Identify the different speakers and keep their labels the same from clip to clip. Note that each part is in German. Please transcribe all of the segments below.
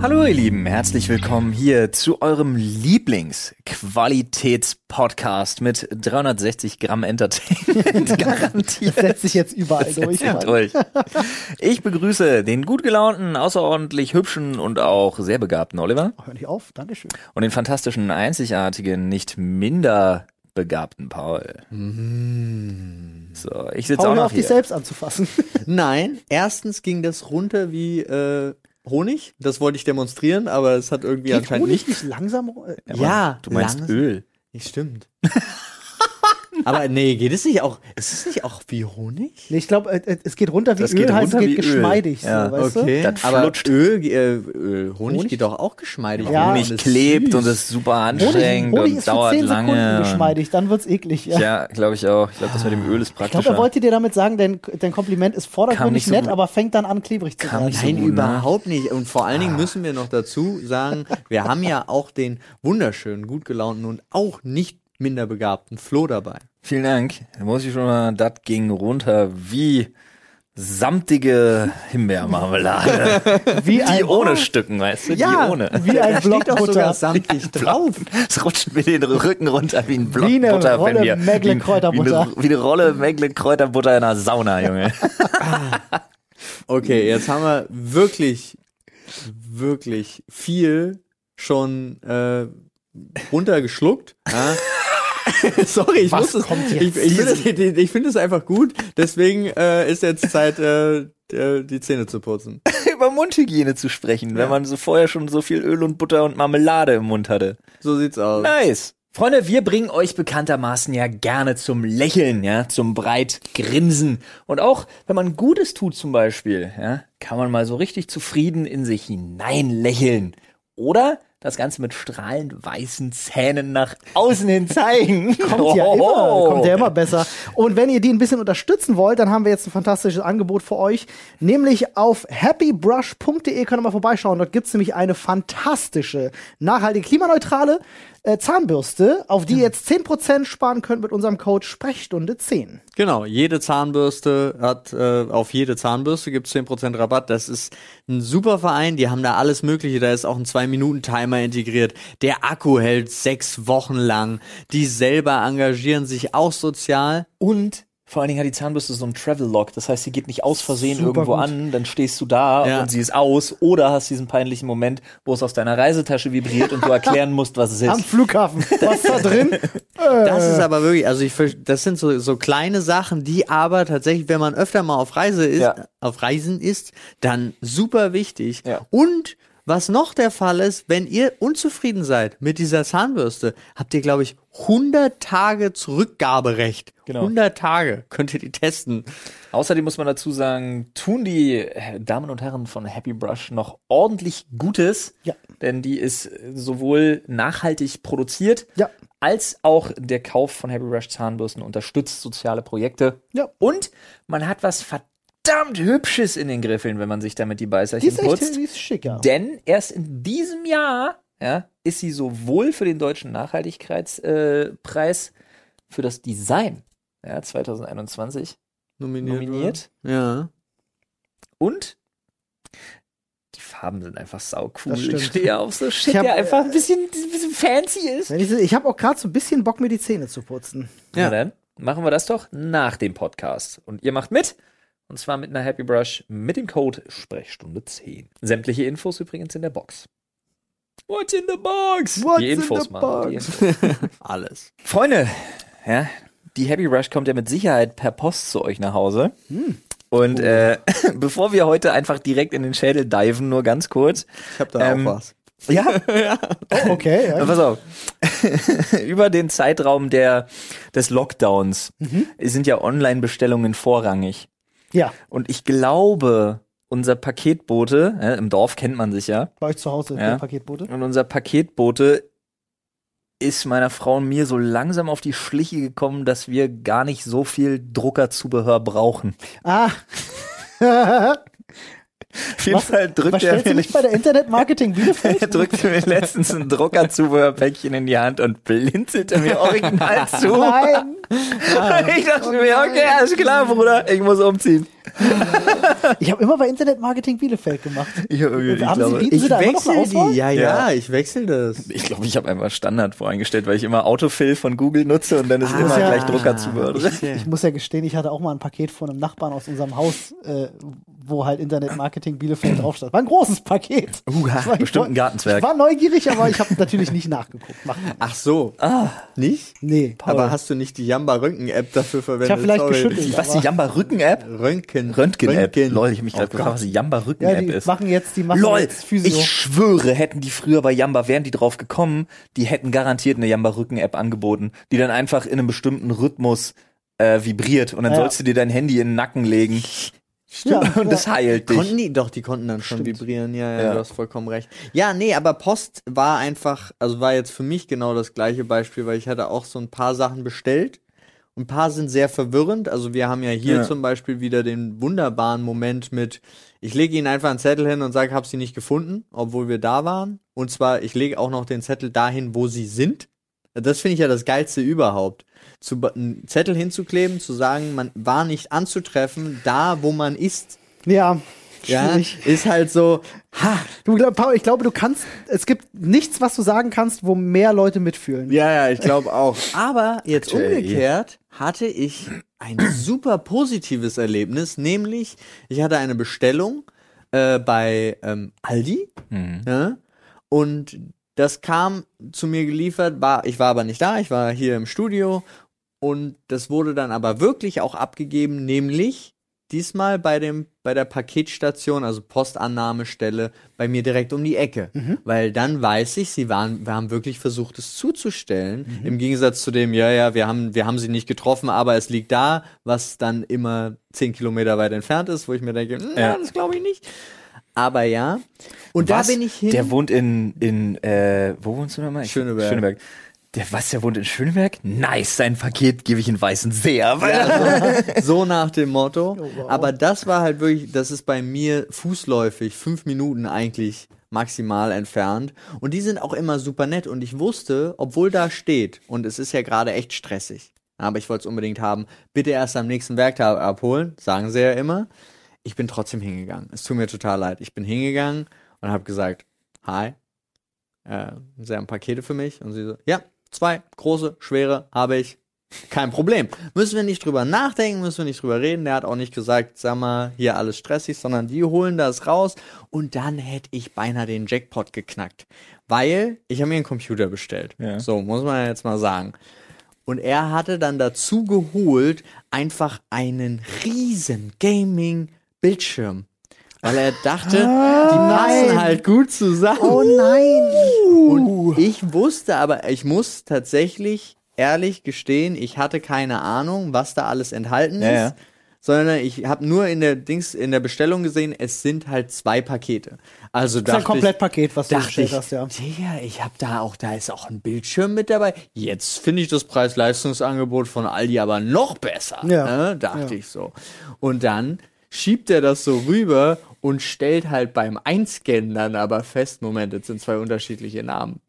Speaker 1: Hallo ihr Lieben, herzlich willkommen hier zu eurem Lieblingsqualitätspodcast mit 360 Gramm Entertainment
Speaker 2: Das
Speaker 1: garantiert.
Speaker 2: setzt sich jetzt überall durch.
Speaker 1: Ja, durch. Ich begrüße den gut gelaunten, außerordentlich hübschen und auch sehr begabten Oliver
Speaker 2: Hör nicht auf, Dankeschön.
Speaker 1: und den fantastischen, einzigartigen, nicht minder begabten Paul. So, ich sitze auch
Speaker 2: Mm. Paul, hör
Speaker 1: noch
Speaker 2: auf dich
Speaker 1: hier.
Speaker 2: selbst anzufassen.
Speaker 3: Nein, erstens ging das runter wie äh, Honig. Das wollte ich demonstrieren, aber es hat irgendwie
Speaker 2: Geht
Speaker 3: anscheinend
Speaker 2: Honig nicht
Speaker 3: nicht.
Speaker 2: langsam. ru- äh,
Speaker 3: Ja,
Speaker 1: Du meinst
Speaker 3: langsam-
Speaker 1: Öl.
Speaker 3: Nicht stimmt. aber nee, geht es nicht auch? Ist es nicht auch wie Honig?
Speaker 2: Nee, ich glaube, äh, äh, es geht runter wie
Speaker 1: Das
Speaker 2: Öl,
Speaker 1: geht
Speaker 2: heißt,
Speaker 1: runter
Speaker 2: es
Speaker 1: wie
Speaker 2: geht
Speaker 1: Öl.
Speaker 2: geschmeidig.
Speaker 1: Ja,
Speaker 2: So, weißt
Speaker 3: okay,
Speaker 1: Das
Speaker 3: aber
Speaker 1: flutscht.
Speaker 3: Öl, äh, Öl, Honig,
Speaker 2: Honig?
Speaker 3: geht doch auch geschmeidig.
Speaker 2: Ja.
Speaker 1: Honig
Speaker 3: Und ist
Speaker 1: klebt
Speaker 3: süß.
Speaker 1: und ist super
Speaker 2: du? Honig,
Speaker 1: anstrengend
Speaker 2: Honig
Speaker 1: und
Speaker 2: ist für
Speaker 1: dauert
Speaker 2: 10 Sekunden
Speaker 1: lange.
Speaker 2: geschmeidig, dann wird's eklig. Ja.
Speaker 1: Ja, glaube ich auch. Ich glaube, das mit dem Öl ist
Speaker 2: Ich glaube,
Speaker 1: praktischer.
Speaker 2: er wollte dir damit sagen, dein, dein Kompliment ist
Speaker 1: Kam
Speaker 2: vordergründig
Speaker 1: nicht so
Speaker 2: nett,
Speaker 1: gut.
Speaker 2: aber fängt dann an, klebrig zu
Speaker 1: Kam
Speaker 2: werden.
Speaker 1: nicht so
Speaker 3: Nein,
Speaker 1: gut, ne?
Speaker 3: überhaupt nicht. Und vor allen Dingen müssen wir noch dazu sagen, wir haben ja auch den wunderschönen, gut gelaunten und auch nicht minder begabten Flo dabei.
Speaker 1: Vielen Dank. Da muss ich schon mal, das ging runter wie samtige Himbeermarmelade.
Speaker 2: Wie
Speaker 1: Die
Speaker 2: ein,
Speaker 1: ohne Stücken, weißt du?
Speaker 3: Ja.
Speaker 1: Die ohne.
Speaker 2: wie ein Block
Speaker 3: Steht auch sogar
Speaker 2: Butter.
Speaker 3: samtig drauf.
Speaker 1: Es rutscht mir den Rücken runter wie ein Block
Speaker 2: Wie eine
Speaker 1: Butter,
Speaker 2: Rolle
Speaker 1: wenn wir. wie ein-
Speaker 2: Mecklenkräuterbutter.
Speaker 1: Wie, eine- wie eine Rolle Mecklenkräuterbutter in einer Sauna, Junge.
Speaker 3: Okay, jetzt haben wir wirklich, wirklich viel schon äh, runtergeschluckt. Ja. Sorry, ich
Speaker 2: Was
Speaker 3: muss es.
Speaker 2: kommt jetzt?
Speaker 3: Ich, ich finde es, ich finde es einfach gut. Deswegen äh, ist jetzt Zeit, äh, äh, die Zähne zu putzen.
Speaker 1: Über Mundhygiene zu sprechen, wenn man so vorher schon so viel Öl und Butter und Marmelade im Mund hatte.
Speaker 3: So sieht's aus.
Speaker 1: Nice. Freunde, wir bringen euch bekanntermaßen ja gerne zum Lächeln, ja, zum breit Grinsen. Und auch, wenn man Gutes tut zum Beispiel, ja, kann man mal so richtig zufrieden in sich hinein lächeln. Oder das Ganze mit strahlend weißen Zähnen nach außen hin zeigen. Oh.
Speaker 2: Kommt ja,
Speaker 1: Ohoho.
Speaker 2: immer, kommt ja immer besser. Und wenn ihr die ein bisschen unterstützen wollt, dann haben wir jetzt ein fantastisches Angebot für euch. Nämlich auf happybrush.de könnt ihr mal vorbeischauen. Dort gibt's nämlich eine fantastische, nachhaltige, klimaneutrale äh, Zahnbürste, auf die ihr jetzt 10% sparen könnt mit unserem Code Sprechstunde 10.
Speaker 3: Genau, jede Zahnbürste hat, äh, auf jede Zahnbürste gibt's 10% Rabatt. Das ist ein super Verein, die haben da alles Mögliche. Da ist auch ein 2-Minuten-Timer integriert. Der Akku hält sechs Wochen lang. Die selber engagieren sich auch sozial.
Speaker 1: Und vor allen Dingen hat die Zahnbürste so einen Travel-Lock. Das heißt, sie geht nicht aus Versehen
Speaker 2: Super
Speaker 1: irgendwo
Speaker 2: gut.
Speaker 1: an, dann stehst du da
Speaker 3: Ja.
Speaker 1: und sie ist aus. Oder hast diesen peinlichen Moment, wo es aus deiner Reisetasche vibriert und du erklären musst, was es ist.
Speaker 2: Am Flughafen. Was da drin?
Speaker 3: Das ist aber wirklich, also ich, ver- das sind so, so kleine Sachen, die aber tatsächlich, wenn man öfter mal auf Reise ist,
Speaker 1: Ja.
Speaker 3: auf Reisen ist, dann super wichtig.
Speaker 1: Ja.
Speaker 3: Und was noch der Fall ist, wenn ihr unzufrieden seid mit dieser Zahnbürste, habt ihr, glaube ich, 100 Tage Zurückgaberecht.
Speaker 1: Genau.
Speaker 3: 100 Tage könnt ihr die testen.
Speaker 1: Außerdem muss man dazu sagen, tun die Damen und Herren von Happy Brush noch ordentlich Gutes,
Speaker 2: Ja.
Speaker 1: denn die ist sowohl nachhaltig produziert,
Speaker 2: Ja.
Speaker 1: als auch der Kauf von Happy Brush Zahnbürsten unterstützt soziale Projekte.
Speaker 2: Ja.
Speaker 1: Und man hat was verdammt Hübsches in den Griffeln, wenn man sich damit die
Speaker 2: Die
Speaker 1: Beißerchen
Speaker 2: ist echt
Speaker 1: putzt.
Speaker 2: die ist schick, ja.
Speaker 1: Denn erst in diesem Jahr ja, ist sie sowohl für den deutschen Nachhaltigkeitspreis, äh, Preis für das Design ja, 2021
Speaker 3: Nominiert.
Speaker 1: nominiert.
Speaker 3: oder? Ja.
Speaker 1: Und die Farben sind einfach sau cool.
Speaker 2: Das stimmt.
Speaker 1: Ich stehe auf so Shit,
Speaker 2: Ich hab-
Speaker 1: der einfach ein bisschen, ein bisschen fancy ist.
Speaker 2: Wenn Ich, ich habe auch gerade so ein bisschen Bock, mir die Zähne zu putzen.
Speaker 1: Na
Speaker 3: Ja.
Speaker 1: dann machen wir das doch nach dem Podcast. Und ihr macht mit. Und zwar mit einer Happy Brush mit dem Code Sprechstunde 10. Sämtliche Infos übrigens in der Box. What's in the box?
Speaker 2: What's
Speaker 1: die
Speaker 2: in
Speaker 1: Infos,
Speaker 2: the
Speaker 1: Mann. Die
Speaker 2: box?
Speaker 1: Infos.
Speaker 3: Alles.
Speaker 1: Freunde, ja, die Happy Rush kommt ja mit Sicherheit per Post zu euch nach Hause.
Speaker 2: Hm.
Speaker 1: Und
Speaker 2: Oh.
Speaker 1: äh, bevor wir heute einfach direkt in den Schädel diven, nur ganz kurz.
Speaker 3: Ich hab da
Speaker 1: Ähm,
Speaker 3: auch was.
Speaker 1: Ja,
Speaker 2: Oh, okay, ja.
Speaker 1: Ja, pass auf. Über den Zeitraum der, des Lockdowns
Speaker 2: Mhm.
Speaker 1: sind ja Online-Bestellungen vorrangig.
Speaker 2: ja.
Speaker 1: Und ich glaube, unser Paketbote, äh, im Dorf kennt man sich ja,
Speaker 2: Bei euch zu Hause,
Speaker 1: Ja.
Speaker 2: der Paketbote.
Speaker 1: und unser Paketbote ist meiner Frau und mir so langsam auf die Schliche gekommen, dass wir gar nicht so viel Druckerzubehör brauchen.
Speaker 2: Ah.
Speaker 1: Auf jeden
Speaker 2: Was-
Speaker 1: Fall drückt
Speaker 2: Was
Speaker 1: er
Speaker 2: stellst du
Speaker 1: mir,
Speaker 2: mich bei der Internetmarketing Bielefeld?
Speaker 1: er drückte mir letztens ein Druckerzubehörpäckchen in die Hand und blinzelte mir original zu.
Speaker 2: Nein. Ähm, oh
Speaker 1: Ich dachte mir, okay, alles klar, Bruder, ich muss umziehen.
Speaker 2: Ich habe immer bei Internetmarketing Bielefeld gemacht.
Speaker 1: Ich hab irgendwie-
Speaker 2: Und
Speaker 1: ich
Speaker 2: haben
Speaker 1: glaube-
Speaker 2: Sie, bieten
Speaker 3: Ich
Speaker 2: Sie da immer noch eine
Speaker 3: wechsle
Speaker 2: Auswahl?
Speaker 3: die. Ja,
Speaker 1: Ja.
Speaker 3: ja, ich wechsle das.
Speaker 1: Ich glaube, ich habe einfach Standard voreingestellt, weil ich immer Autofill von Google nutze und dann ist
Speaker 3: Ah.
Speaker 1: immer
Speaker 2: Ah, ja.
Speaker 1: gleich Drucker zubehör.
Speaker 2: Ich muss ja gestehen, ich hatte auch mal ein Paket von einem Nachbarn aus unserem Haus, äh, wo halt Internetmarketing Bielefeld draufstand. War ein großes Paket.
Speaker 1: Uha,
Speaker 2: Ich war-
Speaker 1: bestimmt ein Gartenzwerg.
Speaker 2: Ich war neugierig, aber ich habe natürlich nicht nachgeguckt. Macht nichts.
Speaker 3: Ach so. Ah. Nicht?
Speaker 2: Nee, Paul.
Speaker 3: Aber hast du nicht die Jamba-Röntgen-App dafür verwendet?
Speaker 2: hab vielleicht
Speaker 3: Sorry.
Speaker 2: geschüttelt.
Speaker 1: Was die Jamba Rücken App?
Speaker 3: Röntgen.
Speaker 1: Röntgen App.
Speaker 3: Röntgen.
Speaker 1: Lol, ich habe mich gerade
Speaker 3: Oh
Speaker 1: gefragt, was die Jamba Rücken
Speaker 2: ja,
Speaker 1: App
Speaker 2: die
Speaker 1: ist.
Speaker 2: machen jetzt, die machen
Speaker 1: Lol,
Speaker 2: jetzt Physio.
Speaker 1: ich schwöre, hätten die früher bei Jamba, wären die drauf gekommen, die hätten garantiert eine Jamba-Rücken-App angeboten, die dann einfach in einem bestimmten Rhythmus äh, vibriert und dann
Speaker 2: Ja.
Speaker 1: sollst du dir dein Handy in den Nacken legen
Speaker 2: Ja,
Speaker 1: und das heilt dich.
Speaker 3: Konnten die, doch, die konnten dann schon vibrieren, ja, ja, du hast vollkommen recht. Ja, nee, aber Post war einfach, also war jetzt für mich genau das gleiche Beispiel, weil ich hatte auch so ein paar Sachen bestellt. Ein paar sind sehr verwirrend. Also wir haben ja hier
Speaker 1: Ja.
Speaker 3: zum Beispiel wieder den wunderbaren Moment mit, ich lege ihnen einfach einen Zettel hin und sage, hab sie nicht gefunden, obwohl wir da waren. Und zwar, ich lege auch noch den Zettel dahin, wo sie sind. Das finde ich ja das Geilste überhaupt. Zu, be- einen Zettel hinzukleben, zu sagen, man war nicht anzutreffen, da wo man ist.
Speaker 2: ja.
Speaker 3: Ja,
Speaker 2: Schwierig.
Speaker 3: ist halt so, ha,
Speaker 2: Du, glaub, Paul, ich glaube, du kannst, es gibt nichts, was du sagen kannst, wo mehr Leute mitfühlen.
Speaker 3: ja, ja, ich glaube auch. Aber jetzt
Speaker 1: Aktuell eh.
Speaker 3: umgekehrt hatte ich ein super positives Erlebnis, nämlich ich hatte eine Bestellung äh, bei ähm, Aldi
Speaker 1: Hm.
Speaker 3: ja, Ne? und das kam zu mir geliefert, war, ich war aber nicht da, ich war hier im Studio und das wurde dann aber wirklich auch abgegeben, nämlich diesmal bei dem bei der Paketstation, also Postannahmestelle bei mir direkt um die Ecke,
Speaker 1: Mhm.
Speaker 3: weil dann weiß ich, sie waren wir haben wirklich versucht es zuzustellen,
Speaker 1: Mhm.
Speaker 3: im Gegensatz zu dem ja ja, wir haben wir haben sie nicht getroffen, aber es liegt da, was dann immer zehn Kilometer weit entfernt ist, wo ich mir denke, na,
Speaker 1: Ja.
Speaker 3: das glaube ich nicht. Aber ja, und
Speaker 1: Was?
Speaker 3: da bin ich hin.
Speaker 1: Der wohnt in, in äh, wo wohnst du nochmal? Ich-
Speaker 3: Schöneberg.
Speaker 1: Schöneberg. Der was, der wohnt in Schöneberg? Nice, sein Paket gebe ich in weißen Seher.
Speaker 3: so nach dem Motto.
Speaker 2: wow.
Speaker 3: Aber das war halt wirklich, das ist bei mir fußläufig fünf Minuten eigentlich maximal entfernt. Und die sind auch immer super nett. Und ich wusste, obwohl da steht, und es ist ja gerade echt stressig, aber ich wollte es unbedingt haben, bitte erst am nächsten Werktag abholen, sagen sie ja immer. Ich bin trotzdem hingegangen. Es tut mir total leid. Ich bin hingegangen und habe gesagt, hi, äh, sie haben Pakete für mich. Und sie so, ja, zwei große, schwere habe ich. Kein Problem. Müssen wir nicht drüber nachdenken, müssen wir nicht drüber reden. Der hat auch nicht gesagt, sag mal, hier alles stressig, sondern die holen das raus. Und dann hätte ich beinahe den Jackpot geknackt. Weil ich habe mir einen Computer bestellt.
Speaker 1: Ja.
Speaker 3: So, muss man jetzt mal sagen. Und er hatte dann dazu geholt einfach einen riesen Gaming-Bildschirm. Weil er dachte, die passen halt gut zusammen.
Speaker 2: Ah,
Speaker 3: Uh.
Speaker 2: Oh nein! Uh.
Speaker 3: Und ich wusste aber, ich muss tatsächlich ehrlich gestehen, ich hatte keine Ahnung, was da alles enthalten ist.
Speaker 1: Ja, ja.
Speaker 3: Sondern ich habe nur in der Dings in der Bestellung gesehen, es sind halt zwei Pakete.
Speaker 2: Das ist
Speaker 3: Also
Speaker 2: ein
Speaker 3: dachte ich,
Speaker 2: Komplettpaket, was du
Speaker 3: dachte
Speaker 2: bestellt
Speaker 3: ich,
Speaker 2: hast, ja.
Speaker 3: Digga, ich habe da auch, da ist auch ein Bildschirm mit dabei. Jetzt finde ich das Preis-Leistungsangebot von Aldi aber noch besser.
Speaker 2: Ja.
Speaker 3: Ne? Dachte ich so. Und dann schiebt er das so rüber und stellt halt beim Einscannen dann aber fest, Moment, jetzt sind zwei unterschiedliche Namen.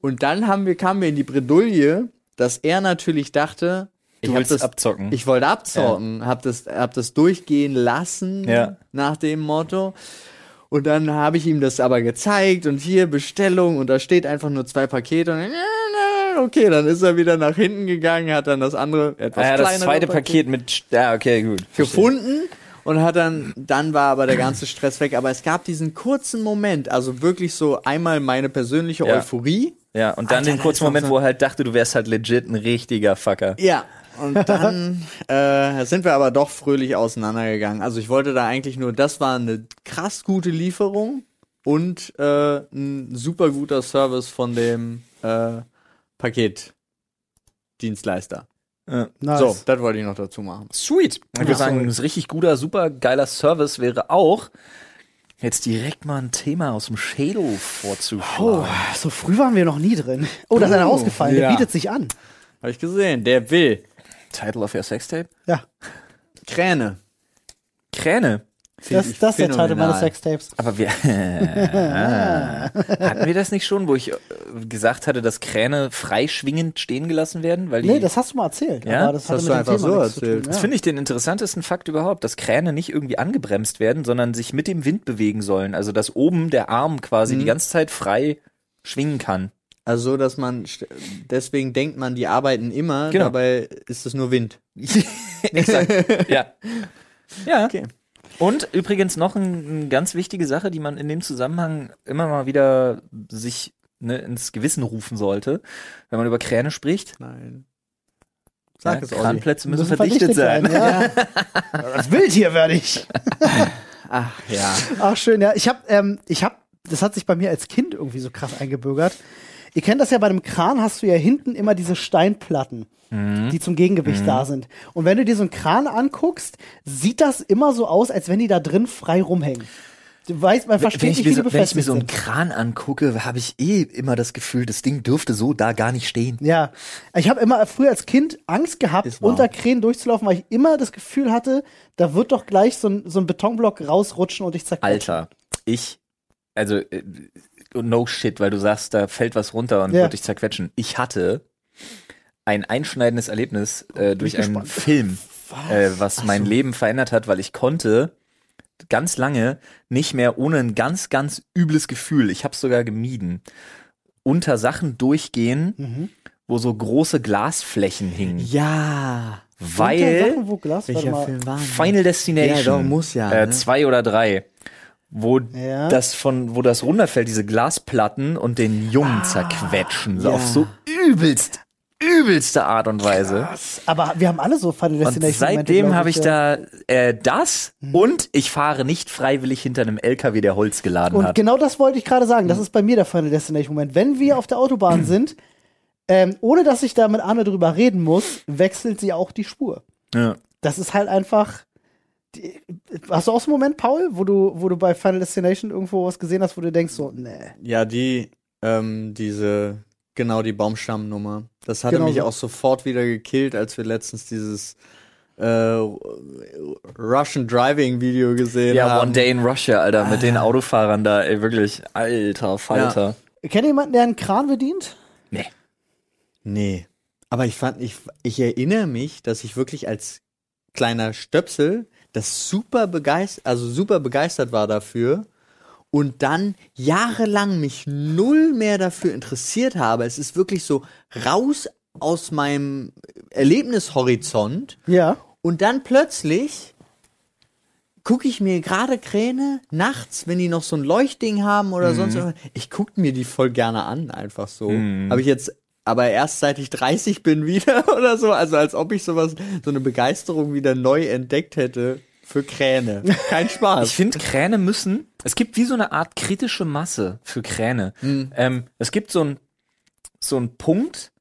Speaker 3: Und dann haben wir, kamen wir in die Bredouille, dass er natürlich dachte, ich hab
Speaker 1: willst abzocken.
Speaker 3: Ich wollte abzocken, hab, das, hab das durchgehen lassen
Speaker 1: Ja.
Speaker 3: nach dem Motto. Und dann habe ich ihm das aber gezeigt und hier Bestellung und da steht einfach nur zwei Pakete und okay, dann ist er wieder nach hinten gegangen, hat dann das andere etwas
Speaker 1: Ah, ja, das
Speaker 3: kleinere
Speaker 1: zweite Paket mit, ja, okay, gut.
Speaker 3: gefunden und hat dann, dann war aber der ganze Stress weg. Aber es gab diesen kurzen Moment, also wirklich so einmal meine persönliche
Speaker 1: Ja.
Speaker 3: Euphorie.
Speaker 1: Ja, und dann
Speaker 3: Alter,
Speaker 1: den
Speaker 3: da
Speaker 1: kurzen
Speaker 3: ist noch
Speaker 1: Moment,
Speaker 3: so-
Speaker 1: wo er halt dachte, du wärst halt legit ein richtiger Fucker.
Speaker 3: Ja. Und dann äh, sind wir aber doch fröhlich auseinandergegangen. Also ich wollte da eigentlich nur, das war eine krass gute Lieferung und äh, ein super guter Service von dem äh, Paketdienstleister.
Speaker 2: Nice.
Speaker 3: So, das wollte ich noch dazu machen.
Speaker 1: Sweet. Ich würde
Speaker 2: Ja.
Speaker 1: sagen, ein richtig guter, super geiler Service wäre auch, jetzt direkt mal ein Thema aus dem Schädel
Speaker 2: Oh,
Speaker 1: vorzuschlagen.
Speaker 2: so früh waren wir noch nie drin. Oh, da ist einer
Speaker 3: Oh,
Speaker 2: rausgefallen. Der
Speaker 3: ja.
Speaker 2: bietet sich an.
Speaker 3: Habe ich gesehen, der will.
Speaker 1: Title of your Sextape?
Speaker 2: Ja.
Speaker 3: Kräne.
Speaker 1: Kräne.
Speaker 3: Finde
Speaker 2: Das,
Speaker 3: ich
Speaker 2: das ist der Titel
Speaker 3: phänomenal.
Speaker 2: meines Sextapes.
Speaker 1: Aber wir. Ah. hatten wir das nicht schon, wo ich äh, gesagt hatte, dass Kräne freischwingend stehen gelassen werden? Weil die,
Speaker 2: Nee, das hast du mal erzählt.
Speaker 1: Ja?
Speaker 2: aber das,
Speaker 3: Das
Speaker 2: hatte mit
Speaker 3: hast
Speaker 2: dem
Speaker 3: du
Speaker 2: Thema
Speaker 3: einfach so
Speaker 2: nichts zu tun,
Speaker 3: erzählt.
Speaker 1: Das
Speaker 2: ja.
Speaker 1: finde ich den interessantesten Fakt überhaupt, dass Kräne nicht irgendwie angebremst werden, sondern sich mit dem Wind bewegen sollen. Also dass oben der Arm quasi
Speaker 2: Mhm.
Speaker 1: die ganze Zeit frei schwingen kann.
Speaker 3: Also so, dass man st- deswegen denkt man, die arbeiten immer,
Speaker 1: Genau.
Speaker 3: dabei ist es nur Wind.
Speaker 1: Exakt. ja. Ja.
Speaker 3: Okay.
Speaker 1: Und übrigens noch eine ein ganz wichtige Sache, die man in dem Zusammenhang immer mal wieder sich ne, ins Gewissen rufen sollte, wenn man über Kräne spricht.
Speaker 3: Nein.
Speaker 1: Ja,
Speaker 3: Sag es Olli.
Speaker 1: Kranplätze müssen, verdichtet, sein.
Speaker 2: ja. Das Wildtier werde ich.
Speaker 3: Ach ja.
Speaker 2: Ach schön, ja. Ich habe, ähm, ich habe, das hat sich bei mir als Kind irgendwie so krass eingebürgert. Ihr kennt das ja bei einem Kran, hast du ja hinten immer diese Steinplatten,
Speaker 1: Mhm.
Speaker 2: die zum Gegengewicht da sind. Und wenn du dir so einen Kran anguckst, sieht das immer so aus, als wenn die da drin frei rumhängen. Du weißt, man
Speaker 1: wenn,
Speaker 2: versteht
Speaker 1: ich
Speaker 2: nicht,
Speaker 1: mir
Speaker 2: wie die
Speaker 1: so, wenn ich mir
Speaker 2: befestigt
Speaker 1: so einen
Speaker 2: sind.
Speaker 1: Kran angucke, habe ich eh immer das Gefühl, das Ding dürfte so da gar nicht stehen.
Speaker 2: Ja, ich habe immer früher als Kind Angst gehabt,
Speaker 3: Ist wahr.
Speaker 2: unter Krähen durchzulaufen, weil ich immer das Gefühl hatte, da wird doch gleich so ein, so ein Betonblock rausrutschen und ich zerquetsche.
Speaker 1: Alter, ich, also äh, no shit, weil du sagst, da fällt was runter und
Speaker 2: Ja.
Speaker 1: wird dich zerquetschen. Ich hatte ein einschneidendes Erlebnis äh, durch einen
Speaker 2: Oh, gespannt.
Speaker 1: Film, was, äh, was mein Leben verändert hat, weil ich konnte ganz lange nicht mehr ohne ein ganz, ganz übles Gefühl, ich habe es sogar gemieden, unter Sachen durchgehen,
Speaker 2: Mhm.
Speaker 1: wo so große Glasflächen hingen.
Speaker 3: Ja.
Speaker 2: Unter
Speaker 1: Weil
Speaker 2: Sachen, wo Glas, warte
Speaker 3: Welcher
Speaker 2: mal.
Speaker 3: Film war denn?
Speaker 1: Final Destination.
Speaker 3: Ja, doch, muss ja,
Speaker 1: Äh,
Speaker 3: ne?
Speaker 1: Zwei oder drei. Wo
Speaker 2: Ja.
Speaker 1: das von, wo das runterfällt, diese Glasplatten und den Jungen zerquetschen. So
Speaker 3: Ah, ja.
Speaker 1: auf so übelst, übelste Art und Weise.
Speaker 2: Aber wir haben alle so Final
Speaker 1: Und
Speaker 2: Destination.
Speaker 1: seitdem habe ich da äh, das
Speaker 3: Mhm.
Speaker 1: und ich fahre nicht freiwillig hinter einem LKW, der Holz geladen
Speaker 2: Und
Speaker 1: hat.
Speaker 2: genau das wollte ich gerade sagen.
Speaker 1: Mhm.
Speaker 2: Das ist bei mir der Final Destination Moment. Wenn wir auf der Autobahn sind, ähm, ohne dass ich da mit Anne drüber reden muss, wechselt sie auch die Spur.
Speaker 1: Ja.
Speaker 2: Das ist halt einfach. die- Hast du auch so einen Moment, Paul, wo du, wo du bei Final Destination irgendwo was gesehen hast, wo du denkst so, nee.
Speaker 3: Ja, die, ähm, diese, genau die Baumstammnummer. Das hatte
Speaker 2: Genau
Speaker 3: mich
Speaker 2: so.
Speaker 3: auch sofort wieder gekillt, als wir letztens dieses äh, Russian Driving Video gesehen
Speaker 1: ja,
Speaker 3: haben.
Speaker 1: One Day in Russia, Alter, mit
Speaker 3: Ah.
Speaker 1: den Autofahrern da, ey, wirklich, alter Falter.
Speaker 2: Kennt ihr jemanden, der einen Kran bedient?
Speaker 1: Nee.
Speaker 3: Nee. Aber ich fand, ich, ich erinnere mich, dass ich wirklich als kleiner Stöpsel das super begeistert, also super begeistert war dafür und dann jahrelang mich null mehr dafür interessiert habe. Es ist wirklich so raus aus meinem Erlebnishorizont
Speaker 2: Ja.
Speaker 3: und dann plötzlich gucke ich mir gerade Kräne nachts, wenn die noch so ein Leuchtding haben oder sonst irgendwas. Ich gucke mir die voll gerne an, einfach so. Habe ich jetzt aber erst seit ich 30 bin wieder oder so, also als ob ich sowas, so eine Begeisterung wieder neu entdeckt hätte für Kräne. Kein Spaß.
Speaker 1: Ich finde, Kräne müssen. Es gibt wie so eine Art kritische Masse für Kräne.
Speaker 3: Hm.
Speaker 1: Ähm, es gibt so einen so einen Punkt,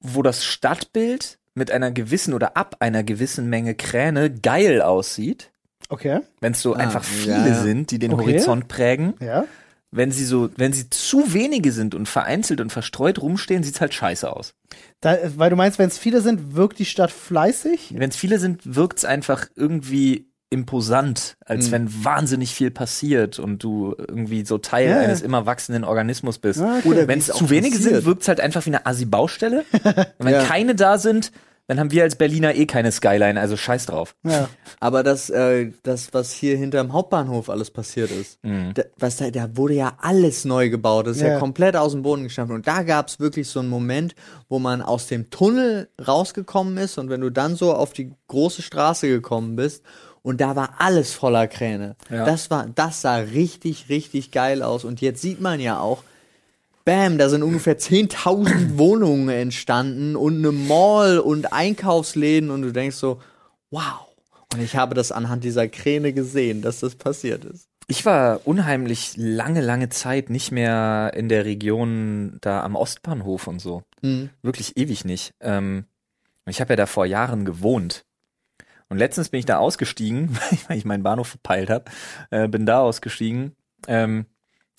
Speaker 1: wo das Stadtbild mit einer gewissen oder ab einer gewissen Menge Kräne geil aussieht.
Speaker 2: Okay.
Speaker 1: Wenn es so einfach
Speaker 3: Ah, ja,
Speaker 1: viele
Speaker 3: ja.
Speaker 1: sind, die den
Speaker 2: Okay.
Speaker 1: Horizont prägen.
Speaker 2: Ja.
Speaker 1: Wenn sie so, wenn sie zu wenige sind und vereinzelt und verstreut rumstehen, sieht's halt scheiße aus.
Speaker 2: Da, weil du meinst, wenn es viele sind, wirkt die Stadt fleißig?
Speaker 1: Wenn es viele sind, wirkt's einfach irgendwie imposant, als wenn wahnsinnig viel passiert und du irgendwie so Teil
Speaker 2: Ja, ja.
Speaker 1: eines immer wachsenden Organismus bist.
Speaker 2: Ah, okay.
Speaker 1: Oder wenn
Speaker 3: wie's
Speaker 1: es
Speaker 3: auch
Speaker 1: zu wenige
Speaker 3: passiert.
Speaker 1: sind, wirkt's halt einfach wie eine Assi-Baustelle. Und wenn
Speaker 3: Ja.
Speaker 1: keine da sind, dann haben wir als Berliner eh keine Skyline, also scheiß drauf.
Speaker 2: Ja.
Speaker 3: Aber das, äh, das, was hier hinterm Hauptbahnhof alles passiert ist, da, was da, da wurde ja alles neu gebaut, das ist ja,
Speaker 2: Ja.
Speaker 3: komplett aus dem Boden gestampft. Und da gab es wirklich so einen Moment, wo man aus dem Tunnel rausgekommen ist und wenn du dann so auf die große Straße gekommen bist und da war alles voller Kräne.
Speaker 1: Ja.
Speaker 3: Das, war, das sah richtig, richtig geil aus. Und jetzt sieht man ja auch, Bam, da sind ungefähr 10.000 Wohnungen entstanden und eine Mall und Einkaufsläden und du denkst so, wow. Und ich habe das anhand dieser Kräne gesehen, dass das passiert ist.
Speaker 1: Ich war unheimlich lange, lange Zeit nicht mehr in der Region da am Ostbahnhof und so. Wirklich ewig nicht. Ähm, ich habe ja da vor Jahren gewohnt. Und letztens bin ich da ausgestiegen, weil ich meinen Bahnhof verpeilt habe. Äh, bin da ausgestiegen, ähm,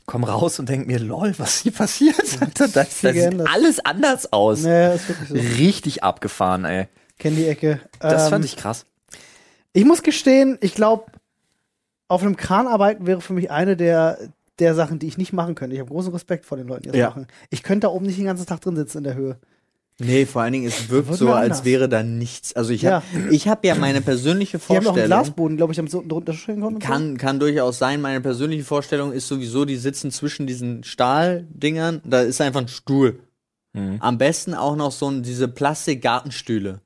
Speaker 1: komm raus und denk mir, lol, was hier passiert. da da
Speaker 2: viel
Speaker 1: sieht
Speaker 2: geändert.
Speaker 1: alles anders aus.
Speaker 2: Naja, ist wirklich so.
Speaker 1: Richtig abgefahren, ey.
Speaker 2: Kenn die Ecke.
Speaker 1: Das
Speaker 2: Ähm,
Speaker 1: fand ich krass.
Speaker 2: Ich muss gestehen, ich glaube, auf einem Kran arbeiten wäre für mich eine der, der Sachen, die ich nicht machen könnte. Ich habe großen Respekt vor den Leuten, die das
Speaker 3: Ja.
Speaker 2: machen. Ich könnte da oben nicht den ganzen Tag drin sitzen in der Höhe.
Speaker 3: Nee, vor allen Dingen, es wirkt
Speaker 2: Wird
Speaker 3: so,
Speaker 2: mir
Speaker 3: als
Speaker 2: anders.
Speaker 3: wäre da nichts. Also ich habe ich hab ja meine persönliche
Speaker 2: Die haben noch einen
Speaker 3: Vorstellung.
Speaker 2: Glasboden, glaube ich, damit sie unten drunter stehen konnten. und so.
Speaker 3: Kann, kann durchaus sein. Meine persönliche Vorstellung ist sowieso, die sitzen zwischen diesen Stahldingern. Da ist einfach ein Stuhl. Am besten auch noch so ein, diese Plastik-Gartenstühle.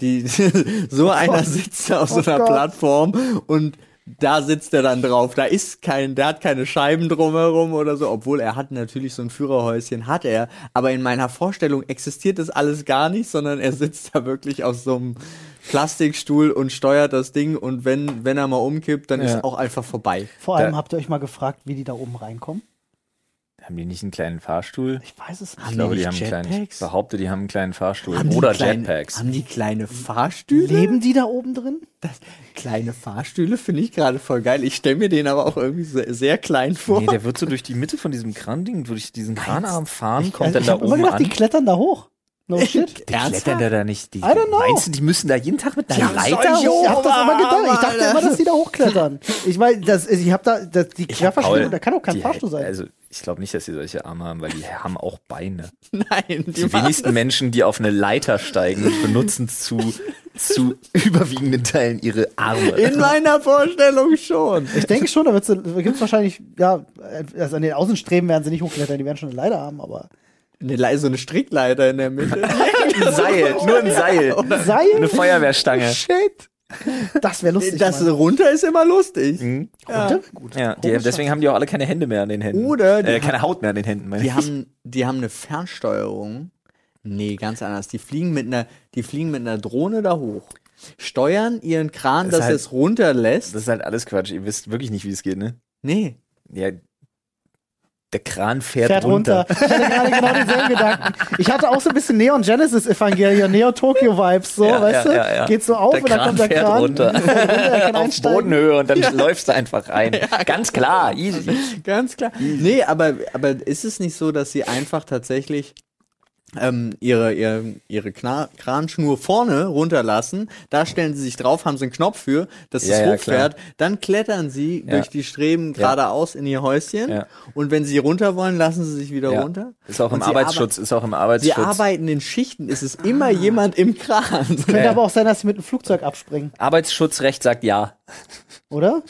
Speaker 3: Die, so einer sitzt da auf so
Speaker 2: Oh
Speaker 3: einer
Speaker 2: Gott.
Speaker 3: Plattform und da sitzt er dann drauf. Da ist kein, der hat keine Scheiben drumherum oder so, obwohl er hat natürlich so ein Führerhäuschen, hat er. Aber in meiner Vorstellung existiert das alles gar nicht, sondern er sitzt da wirklich auf so einem Plastikstuhl und steuert das Ding und wenn, wenn er mal umkippt, dann
Speaker 1: Ja.
Speaker 3: ist auch einfach vorbei.
Speaker 2: Vor allem
Speaker 1: Da-
Speaker 2: habt ihr euch mal gefragt, wie die da oben reinkommen?
Speaker 1: Haben die nicht einen kleinen Fahrstuhl?
Speaker 2: Ich weiß es
Speaker 1: Ich
Speaker 2: nicht.
Speaker 3: Haben
Speaker 1: glaube,
Speaker 3: die
Speaker 1: die haben
Speaker 3: nicht
Speaker 1: einen kleinen. Ich
Speaker 3: Jetpacks?
Speaker 1: behaupte, die haben einen kleinen Fahrstuhl.
Speaker 3: Haben die
Speaker 1: Oder
Speaker 3: kleine,
Speaker 1: Jetpacks.
Speaker 3: Haben die kleine Fahrstühle?
Speaker 2: Leben die da oben drin?
Speaker 3: Das, kleine Fahrstühle finde ich gerade voll geil. Ich stelle mir den aber auch irgendwie sehr, sehr klein vor.
Speaker 1: Nee, der wird so durch die Mitte von diesem Kran-Ding, durch diesen Kranarm fahren, kommt
Speaker 2: Also
Speaker 1: dann
Speaker 2: ich
Speaker 1: da
Speaker 2: habe immer
Speaker 1: oben
Speaker 2: gedacht,
Speaker 1: an.
Speaker 2: die klettern da hoch. No shit.
Speaker 3: Ernsthaft?
Speaker 1: Klettern da da nicht? Die,
Speaker 2: don't know.
Speaker 1: Meinst du, die müssen da jeden Tag mit einer Leiter
Speaker 2: ich
Speaker 1: hoch?
Speaker 2: hab das immer gedacht. Ich dachte
Speaker 3: Alter.
Speaker 2: immer, dass die da hochklettern. Ich meine, das, ich habe da das, die
Speaker 1: Ja, Paul,
Speaker 2: Querverstellung, da kann auch kein
Speaker 1: die-
Speaker 2: Fahrstuhl sein.
Speaker 1: Also, ich glaube nicht, dass sie solche Arme haben, weil die haben auch Beine.
Speaker 3: Nein, die
Speaker 1: Die
Speaker 3: machen-
Speaker 1: wenigsten Menschen, die auf eine Leiter steigen, benutzen zu, zu überwiegenden Teilen ihre
Speaker 3: In
Speaker 1: Arme.
Speaker 3: meiner Vorstellung schon.
Speaker 2: ich denke schon, da gibt es wahrscheinlich, ja, also an den Außenstreben werden sie nicht hochklettern, die werden schon eine Leiter haben, aber.
Speaker 3: Eine, lei- so eine Strickleiter in der Mitte.
Speaker 1: Ein Seil, nur ein Seil. Eine
Speaker 2: Seil?
Speaker 1: Feuerwehrstange.
Speaker 3: Shit.
Speaker 2: Das wäre lustig.
Speaker 3: Das
Speaker 2: Mann.
Speaker 3: runter ist immer lustig.
Speaker 1: Mhm.
Speaker 2: Runter? Gut. Oh,
Speaker 1: Ja, die, deswegen haben die auch alle keine Hände mehr an den Händen.
Speaker 3: Oder die
Speaker 1: äh, keine Haut mehr an den Händen. Meine
Speaker 3: Die
Speaker 1: ich.
Speaker 3: haben, die haben eine Fernsteuerung. Nee, ganz anders. Die fliegen mit einer, die fliegen mit einer Drohne da hoch. Steuern ihren Kran,
Speaker 1: Das
Speaker 3: dass
Speaker 1: heißt-
Speaker 3: es runterlässt.
Speaker 1: Das ist halt alles Quatsch. Ihr wisst wirklich nicht, wie es geht, ne?
Speaker 3: nee.
Speaker 1: Ja, der Kran fährt,
Speaker 2: Fährt runter. Ich hatte gerade genau denselben Gedanken. Ich hatte auch so ein bisschen Neon Genesis Evangelion, Neo Tokyo Vibes, so,
Speaker 1: Ja,
Speaker 2: weißt
Speaker 1: ja,
Speaker 2: du?
Speaker 1: ja, ja.
Speaker 2: Geht so auf
Speaker 1: der
Speaker 2: und dann
Speaker 1: Kran
Speaker 2: kommt der
Speaker 1: fährt
Speaker 2: Kran.
Speaker 1: runter.
Speaker 2: Fährt runter, er kann
Speaker 1: Auf
Speaker 2: einsteigen.
Speaker 1: Bodenhöhe und dann läufst du einfach rein. Ganz klar, easy.
Speaker 3: Ganz klar.
Speaker 1: Mhm.
Speaker 3: Nee, aber, aber ist es nicht so, dass sie einfach tatsächlich ähm, ihre, ihre, ihre Kna Kranschnur vorne runterlassen? Da stellen sie sich drauf, haben sie einen Knopf für, dass
Speaker 1: Ja,
Speaker 3: es
Speaker 1: ja,
Speaker 3: hochfährt. Dann klettern sie
Speaker 1: Ja.
Speaker 3: durch die Streben geradeaus in ihr Häuschen.
Speaker 1: Ja.
Speaker 3: Und wenn sie runter wollen, lassen sie sich wieder
Speaker 1: Ja.
Speaker 3: runter.
Speaker 1: Ist auch im
Speaker 3: Und sie
Speaker 1: Arbeitsschutz, ist auch im
Speaker 3: arbe- Sie
Speaker 1: Arbeitsschutz.
Speaker 3: arbeiten in Schichten, es ist
Speaker 1: Ah.
Speaker 3: immer jemand im Kran.
Speaker 2: Könnte
Speaker 1: Ja.
Speaker 2: aber auch sein, dass sie mit einem Flugzeug abspringen,
Speaker 1: Arbeitsschutzrecht sagt ja.
Speaker 2: oder?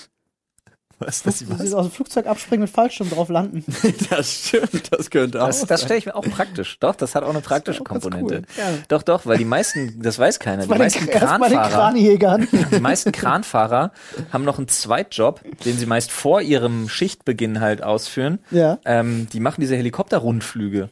Speaker 1: Was,
Speaker 2: Dass sie aus dem Flugzeug abspringen mit Fallschirm drauf landen.
Speaker 3: Das stimmt, das könnte auch.
Speaker 1: Das, das stelle ich mir auch praktisch. Doch, das hat auch eine praktische Komponente.
Speaker 2: cool. Ja.
Speaker 1: Doch, doch, weil die meisten, das weiß keiner, die
Speaker 2: Bei den,
Speaker 1: meisten
Speaker 2: erst bei den
Speaker 1: Kranfahrer,
Speaker 2: Kranjägern.
Speaker 1: die meisten Kranfahrer haben noch einen Zweitjob, den sie meist vor ihrem Schichtbeginn halt ausführen.
Speaker 2: Ja.
Speaker 1: Ähm, die machen diese Helikopterrundflüge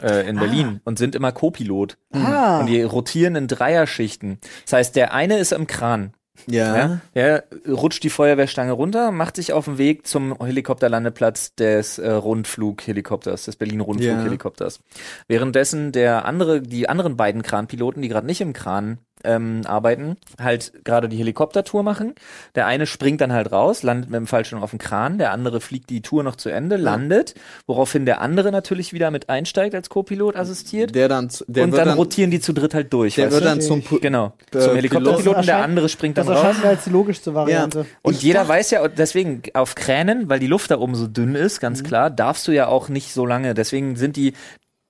Speaker 1: äh, in Berlin und sind immer Co-Pilot.
Speaker 2: Ah.
Speaker 1: Und die rotieren in Dreierschichten. Das heißt, der eine ist im Kran.
Speaker 3: Ja.
Speaker 1: Ja, der rutscht die Feuerwehrstange runter, macht sich auf den Weg zum Helikopterlandeplatz des äh, Rundflughelikopters, des Berlin-Rundflughelikopters. Währenddessen der andere, die anderen beiden Kranpiloten, die gerade nicht im Kran ähm, arbeiten, halt gerade die Helikoptertour machen. Der eine springt dann halt raus, landet mit dem Fallschirm auf dem Kran, der andere fliegt die Tour noch zu Ende, landet, woraufhin der andere natürlich wieder mit einsteigt als Co-Pilot assistiert.
Speaker 3: Der dann, zu- der
Speaker 1: und
Speaker 3: wird
Speaker 1: dann,
Speaker 3: dann,
Speaker 1: rotieren die zu dritt halt durch.
Speaker 3: der
Speaker 1: weißt
Speaker 3: wird
Speaker 1: du?
Speaker 3: dann zum Pu-
Speaker 1: genau,
Speaker 3: äh,
Speaker 1: zum
Speaker 3: Piloten.
Speaker 1: Helikopterpiloten, der
Speaker 2: erscheint-
Speaker 1: andere springt dann
Speaker 2: Das
Speaker 1: raus.
Speaker 2: erscheint mir als die logischste Variante.
Speaker 1: Und jeder weiß ja, und deswegen auf Kränen, weil die Luft da oben so dünn ist, ganz klar, darfst du ja auch nicht so lange. Deswegen sind die,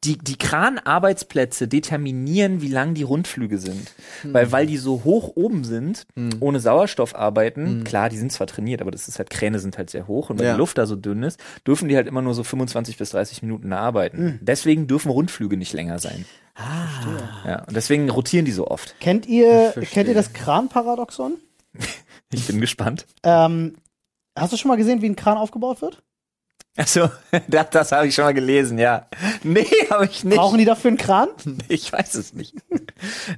Speaker 1: die, die Kranarbeitsplätze determinieren, wie lang die Rundflüge sind. Weil, weil die so hoch oben sind, ohne Sauerstoff arbeiten, klar, die sind zwar trainiert, aber das ist halt, Kräne sind halt sehr hoch und weil
Speaker 3: Ja.
Speaker 1: die Luft da so dünn ist, dürfen die halt immer nur so 25 bis 30 Minuten arbeiten. Deswegen dürfen Rundflüge nicht länger sein. Ah. Ja, und deswegen rotieren die so oft.
Speaker 2: Kennt ihr, kennt ihr das Kranparadoxon?
Speaker 1: Ich bin gespannt.
Speaker 2: Ähm, hast du schon mal gesehen, wie ein Kran aufgebaut wird?
Speaker 1: Achso, Also, das, das habe ich schon mal gelesen, ja. Nee, habe ich nicht.
Speaker 2: Brauchen die dafür einen Kran?
Speaker 1: Ich weiß es nicht.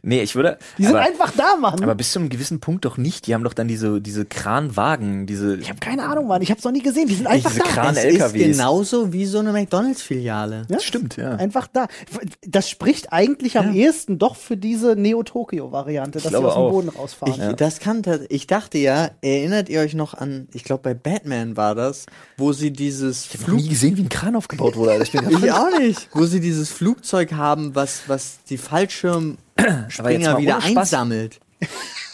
Speaker 1: Nee, ich würde.
Speaker 2: Die sind
Speaker 1: aber,
Speaker 2: einfach da, Mann.
Speaker 1: aber bis zu einem gewissen Punkt doch nicht. Die haben doch dann diese, diese Kranwagen, diese.
Speaker 2: Ich habe keine Ahnung, Mann. Ich habe es noch nie gesehen. Die sind einfach
Speaker 1: diese
Speaker 2: da.
Speaker 1: Kran-
Speaker 3: Es
Speaker 1: LKWs.
Speaker 3: ist genauso wie so eine McDonalds-Filiale.
Speaker 2: ne?
Speaker 1: Das stimmt, ja.
Speaker 2: Einfach da. Das spricht eigentlich am ehesten doch für diese Neo-Tokyo-Variante, dass sie
Speaker 1: glaube
Speaker 2: aus dem
Speaker 1: auch.
Speaker 2: Boden
Speaker 3: Ich,
Speaker 2: rausfahren.
Speaker 3: das kann, tats- ich dachte ja, erinnert ihr euch noch an, ich glaube bei Batman war das, wo sie dieses
Speaker 1: Ich habe nie gesehen, wie ein Kran aufgebaut wurde. Also ich bin
Speaker 3: Ich auch nicht. Wo sie dieses Flugzeug haben, was, was die Fallschirmspringer
Speaker 1: mal
Speaker 3: wieder
Speaker 1: ohne Spaß.
Speaker 3: einsammelt.